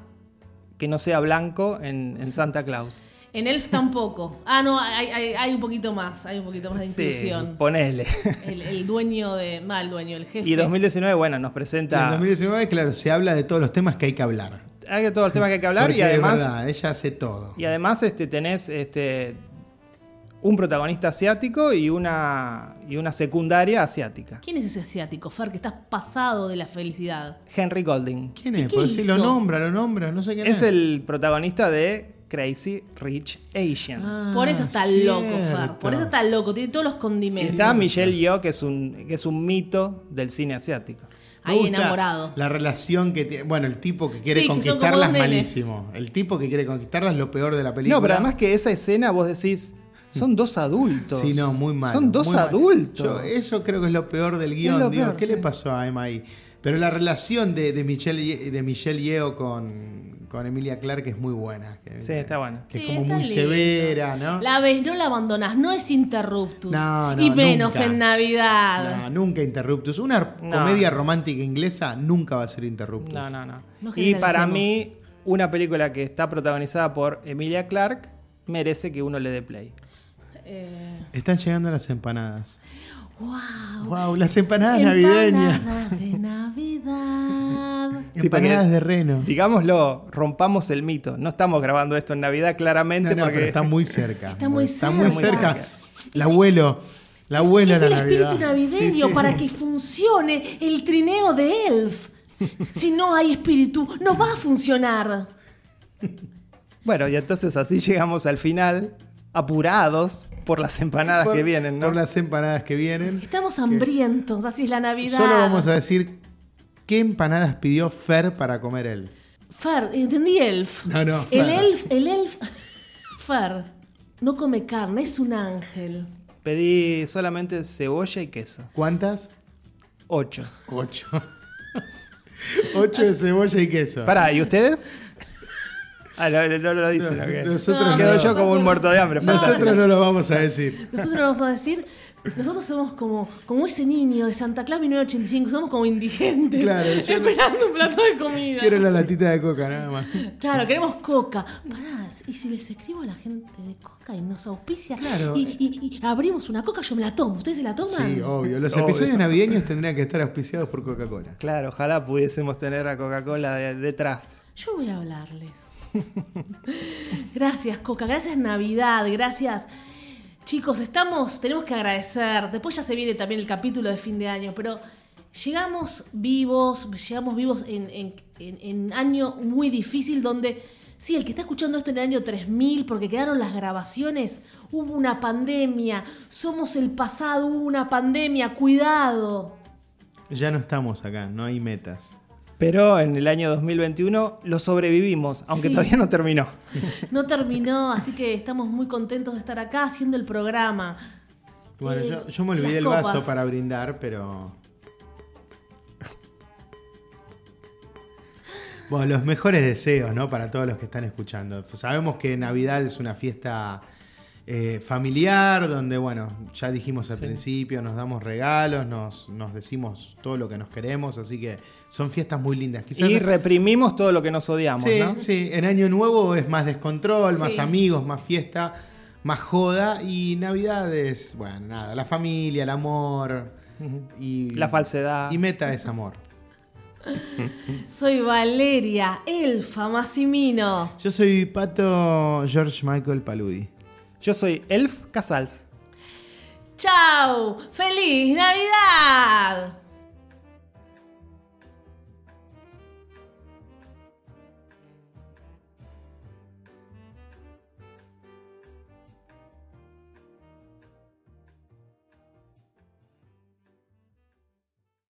S2: que no sea blanco en, en Santa Claus.
S1: En Elf tampoco. Ah, no, hay, hay- hay un poquito más, hay un poquito más de inclusión.
S2: ponele.
S1: El, el dueño de. Va, el dueño, el jefe.
S2: Y 2019, bueno, nos
S3: En
S2: presenta...
S3: el 2019, claro, se habla de todos los temas que hay que hablar.
S2: Hay todo el tema que hay que hablar
S3: Porque
S2: y
S3: de
S2: además...
S3: verdad, ella hace todo.
S2: Y además este, tenés este, un protagonista asiático y una, y una secundaria asiática.
S1: ¿Quién es ese asiático, Fer, que estás pasado de la felicidad?
S2: Henry Golding.
S3: ¿Quién
S1: ¿Y
S3: es?
S1: qué
S3: Porque si lo
S1: hizo?
S3: nombra, lo nombra, no sé quién es.
S2: Es el protagonista de Crazy Rich Asians.
S3: Ah,
S1: Por eso está
S3: cierto.
S1: loco, Fer. Por eso está loco, tiene todos los
S2: Y
S1: condimentos.
S2: está Michelle Yeoh, que es, un, que es un mito del cine asiático.
S3: Me
S1: Ahí
S3: gusta
S1: enamorado.
S3: La relación que tiene. Bueno, el tipo que quiere
S1: Sí, que son como
S3: conquistarlas
S1: dos nenes.
S3: malísimo. El tipo que quiere conquistarlas es lo peor de la película.
S2: No, pero además que esa escena vos decís, son dos adultos.
S3: Sí, no, muy mal.
S2: Son dos adultos.
S3: eso creo que es lo peor del guión.
S2: lo
S3: digo,
S2: peor,
S3: ¿Qué
S2: sí.
S3: le pasó a Emma ahí? Pero la relación de, de Michelle, Ye- de Michelle Yeo con, con Emilia Clarke es muy buena. Que-
S2: Sí, está buena.
S3: Que
S1: Sí,
S3: es como
S1: está
S3: muy
S1: lindo.
S3: severa, ¿no?
S1: La ves, no la abandonás, no es interruptus.
S3: No, no,
S1: y menos
S3: nunca.
S1: en Navidad.
S3: No, nunca Interruptus. Una
S2: No.
S3: comedia romántica inglesa nunca va a ser Interruptus.
S2: No, no, no.
S1: No
S2: y
S1: generalicemos.
S2: para mí, una película que está protagonizada por Emilia Clarke merece que uno le dé play.
S1: Eh,
S3: Están llegando las empanadas.
S1: wow.
S3: Wow, las empanadas navideñas.
S1: Empanadas de Navidad.
S2: Sí, porque-
S3: empanadas de reno.
S2: Digámoslo, rompamos el mito. No estamos grabando esto en Navidad
S3: No,
S2: claramente
S3: no,
S2: porque
S3: pero Este está muy cerca.
S1: Está muy
S3: Está muy
S1: cerca.
S3: cerca.
S1: Es-
S3: El abuelo. La abuela
S1: es el
S3: la Navidad.
S1: espíritu navideño
S3: Sí, sí,
S1: para
S3: sí.
S1: que funcione el trineo de Elf. Si no hay espíritu, no va a funcionar.
S2: Bueno, y entonces así llegamos al final, apurados por las empanadas
S3: Por-
S2: que vienen, ¿no?
S3: Por las empanadas que vienen.
S1: Estamos hambrientos, así es la Navidad.
S3: Solo vamos a decir qué empanadas pidió Fer para comer él.
S1: Fer, entendí Elf.
S3: No, no,
S1: El
S3: Fer.
S1: Elf, el Elf. Fer, no come carne, es un ángel.
S2: Pedí solamente cebolla y queso.
S3: ¿Cuántas?
S2: Ocho.
S3: Ocho. Ocho de cebolla y queso.
S2: Pará, ¿y ustedes? Ah, no, no, no lo dicen, ok.
S3: Nosotros,
S1: No,
S3: no,
S2: Quedo yo como un muerto de hambre. Fran.
S3: nosotros no lo vamos a decir.
S1: Nosotros vamos a decir, nosotros somos como, como ese niño de Santa Claus 1985, somos como indigentes,
S3: Claro, yo no-
S1: esperando un plato de comida.
S3: Quiero la latita de coca nada más.
S1: Claro, queremos coca. Pará, y si les escribo a la gente de coca y nos auspicia
S3: Claro.
S1: y, y- y abrimos una coca, yo me la tomo. ¿Ustedes se la toman?
S3: Sí, obvio. Los
S2: Obvio.
S3: episodios navideños tendrían que estar auspiciados por Coca-Cola.
S2: Claro, ojalá pudiésemos tener a Coca-Cola de- detrás.
S1: Yo voy a hablarles. gracias, Coca. Gracias, Navidad. Gracias. Chicos, estamos, tenemos que agradecer. Después ya se viene también el capítulo de fin de año, pero llegamos vivos, llegamos vivos en, en- en- en año muy difícil donde, sí, el que está escuchando esto en el año 3000, porque quedaron las grabaciones, hubo una pandemia, somos el pasado, hubo una pandemia, cuidado.
S3: Ya no estamos acá, no hay metas.
S2: Pero en el año 2021 lo sobrevivimos, aunque
S1: Sí.
S2: todavía no terminó.
S1: No terminó, así que estamos muy contentos de estar acá haciendo el programa.
S3: Bueno,
S1: Eh,
S3: yo, yo me
S1: las
S3: olvidé el
S1: copas.
S3: vaso para brindar, pero. Bueno, los mejores deseos, ¿no? Para todos los que están escuchando. Pues Sabemos que Navidad es una fiesta eh, familiar, donde, bueno, ya dijimos al principio, nos damos regalos, nos, nos decimos todo lo que nos queremos, así que son fiestas muy lindas. Quizás
S2: Y reprimimos todo lo que nos odiamos,
S3: Sí,
S2: ¿no?
S3: sí, en Año Nuevo es más descontrol, más
S1: Sí.
S3: amigos, más fiesta, más joda. Y Navidad es, bueno, nada, la familia, el amor. Y,
S2: La falsedad.
S3: Mm. Y meta es amor.
S1: Soy Valeria, elfa Massimino.
S3: Yo soy Pato George Michael Paludi.
S2: Yo soy Elf Casals.
S1: ¡Chao! ¡Feliz Navidad!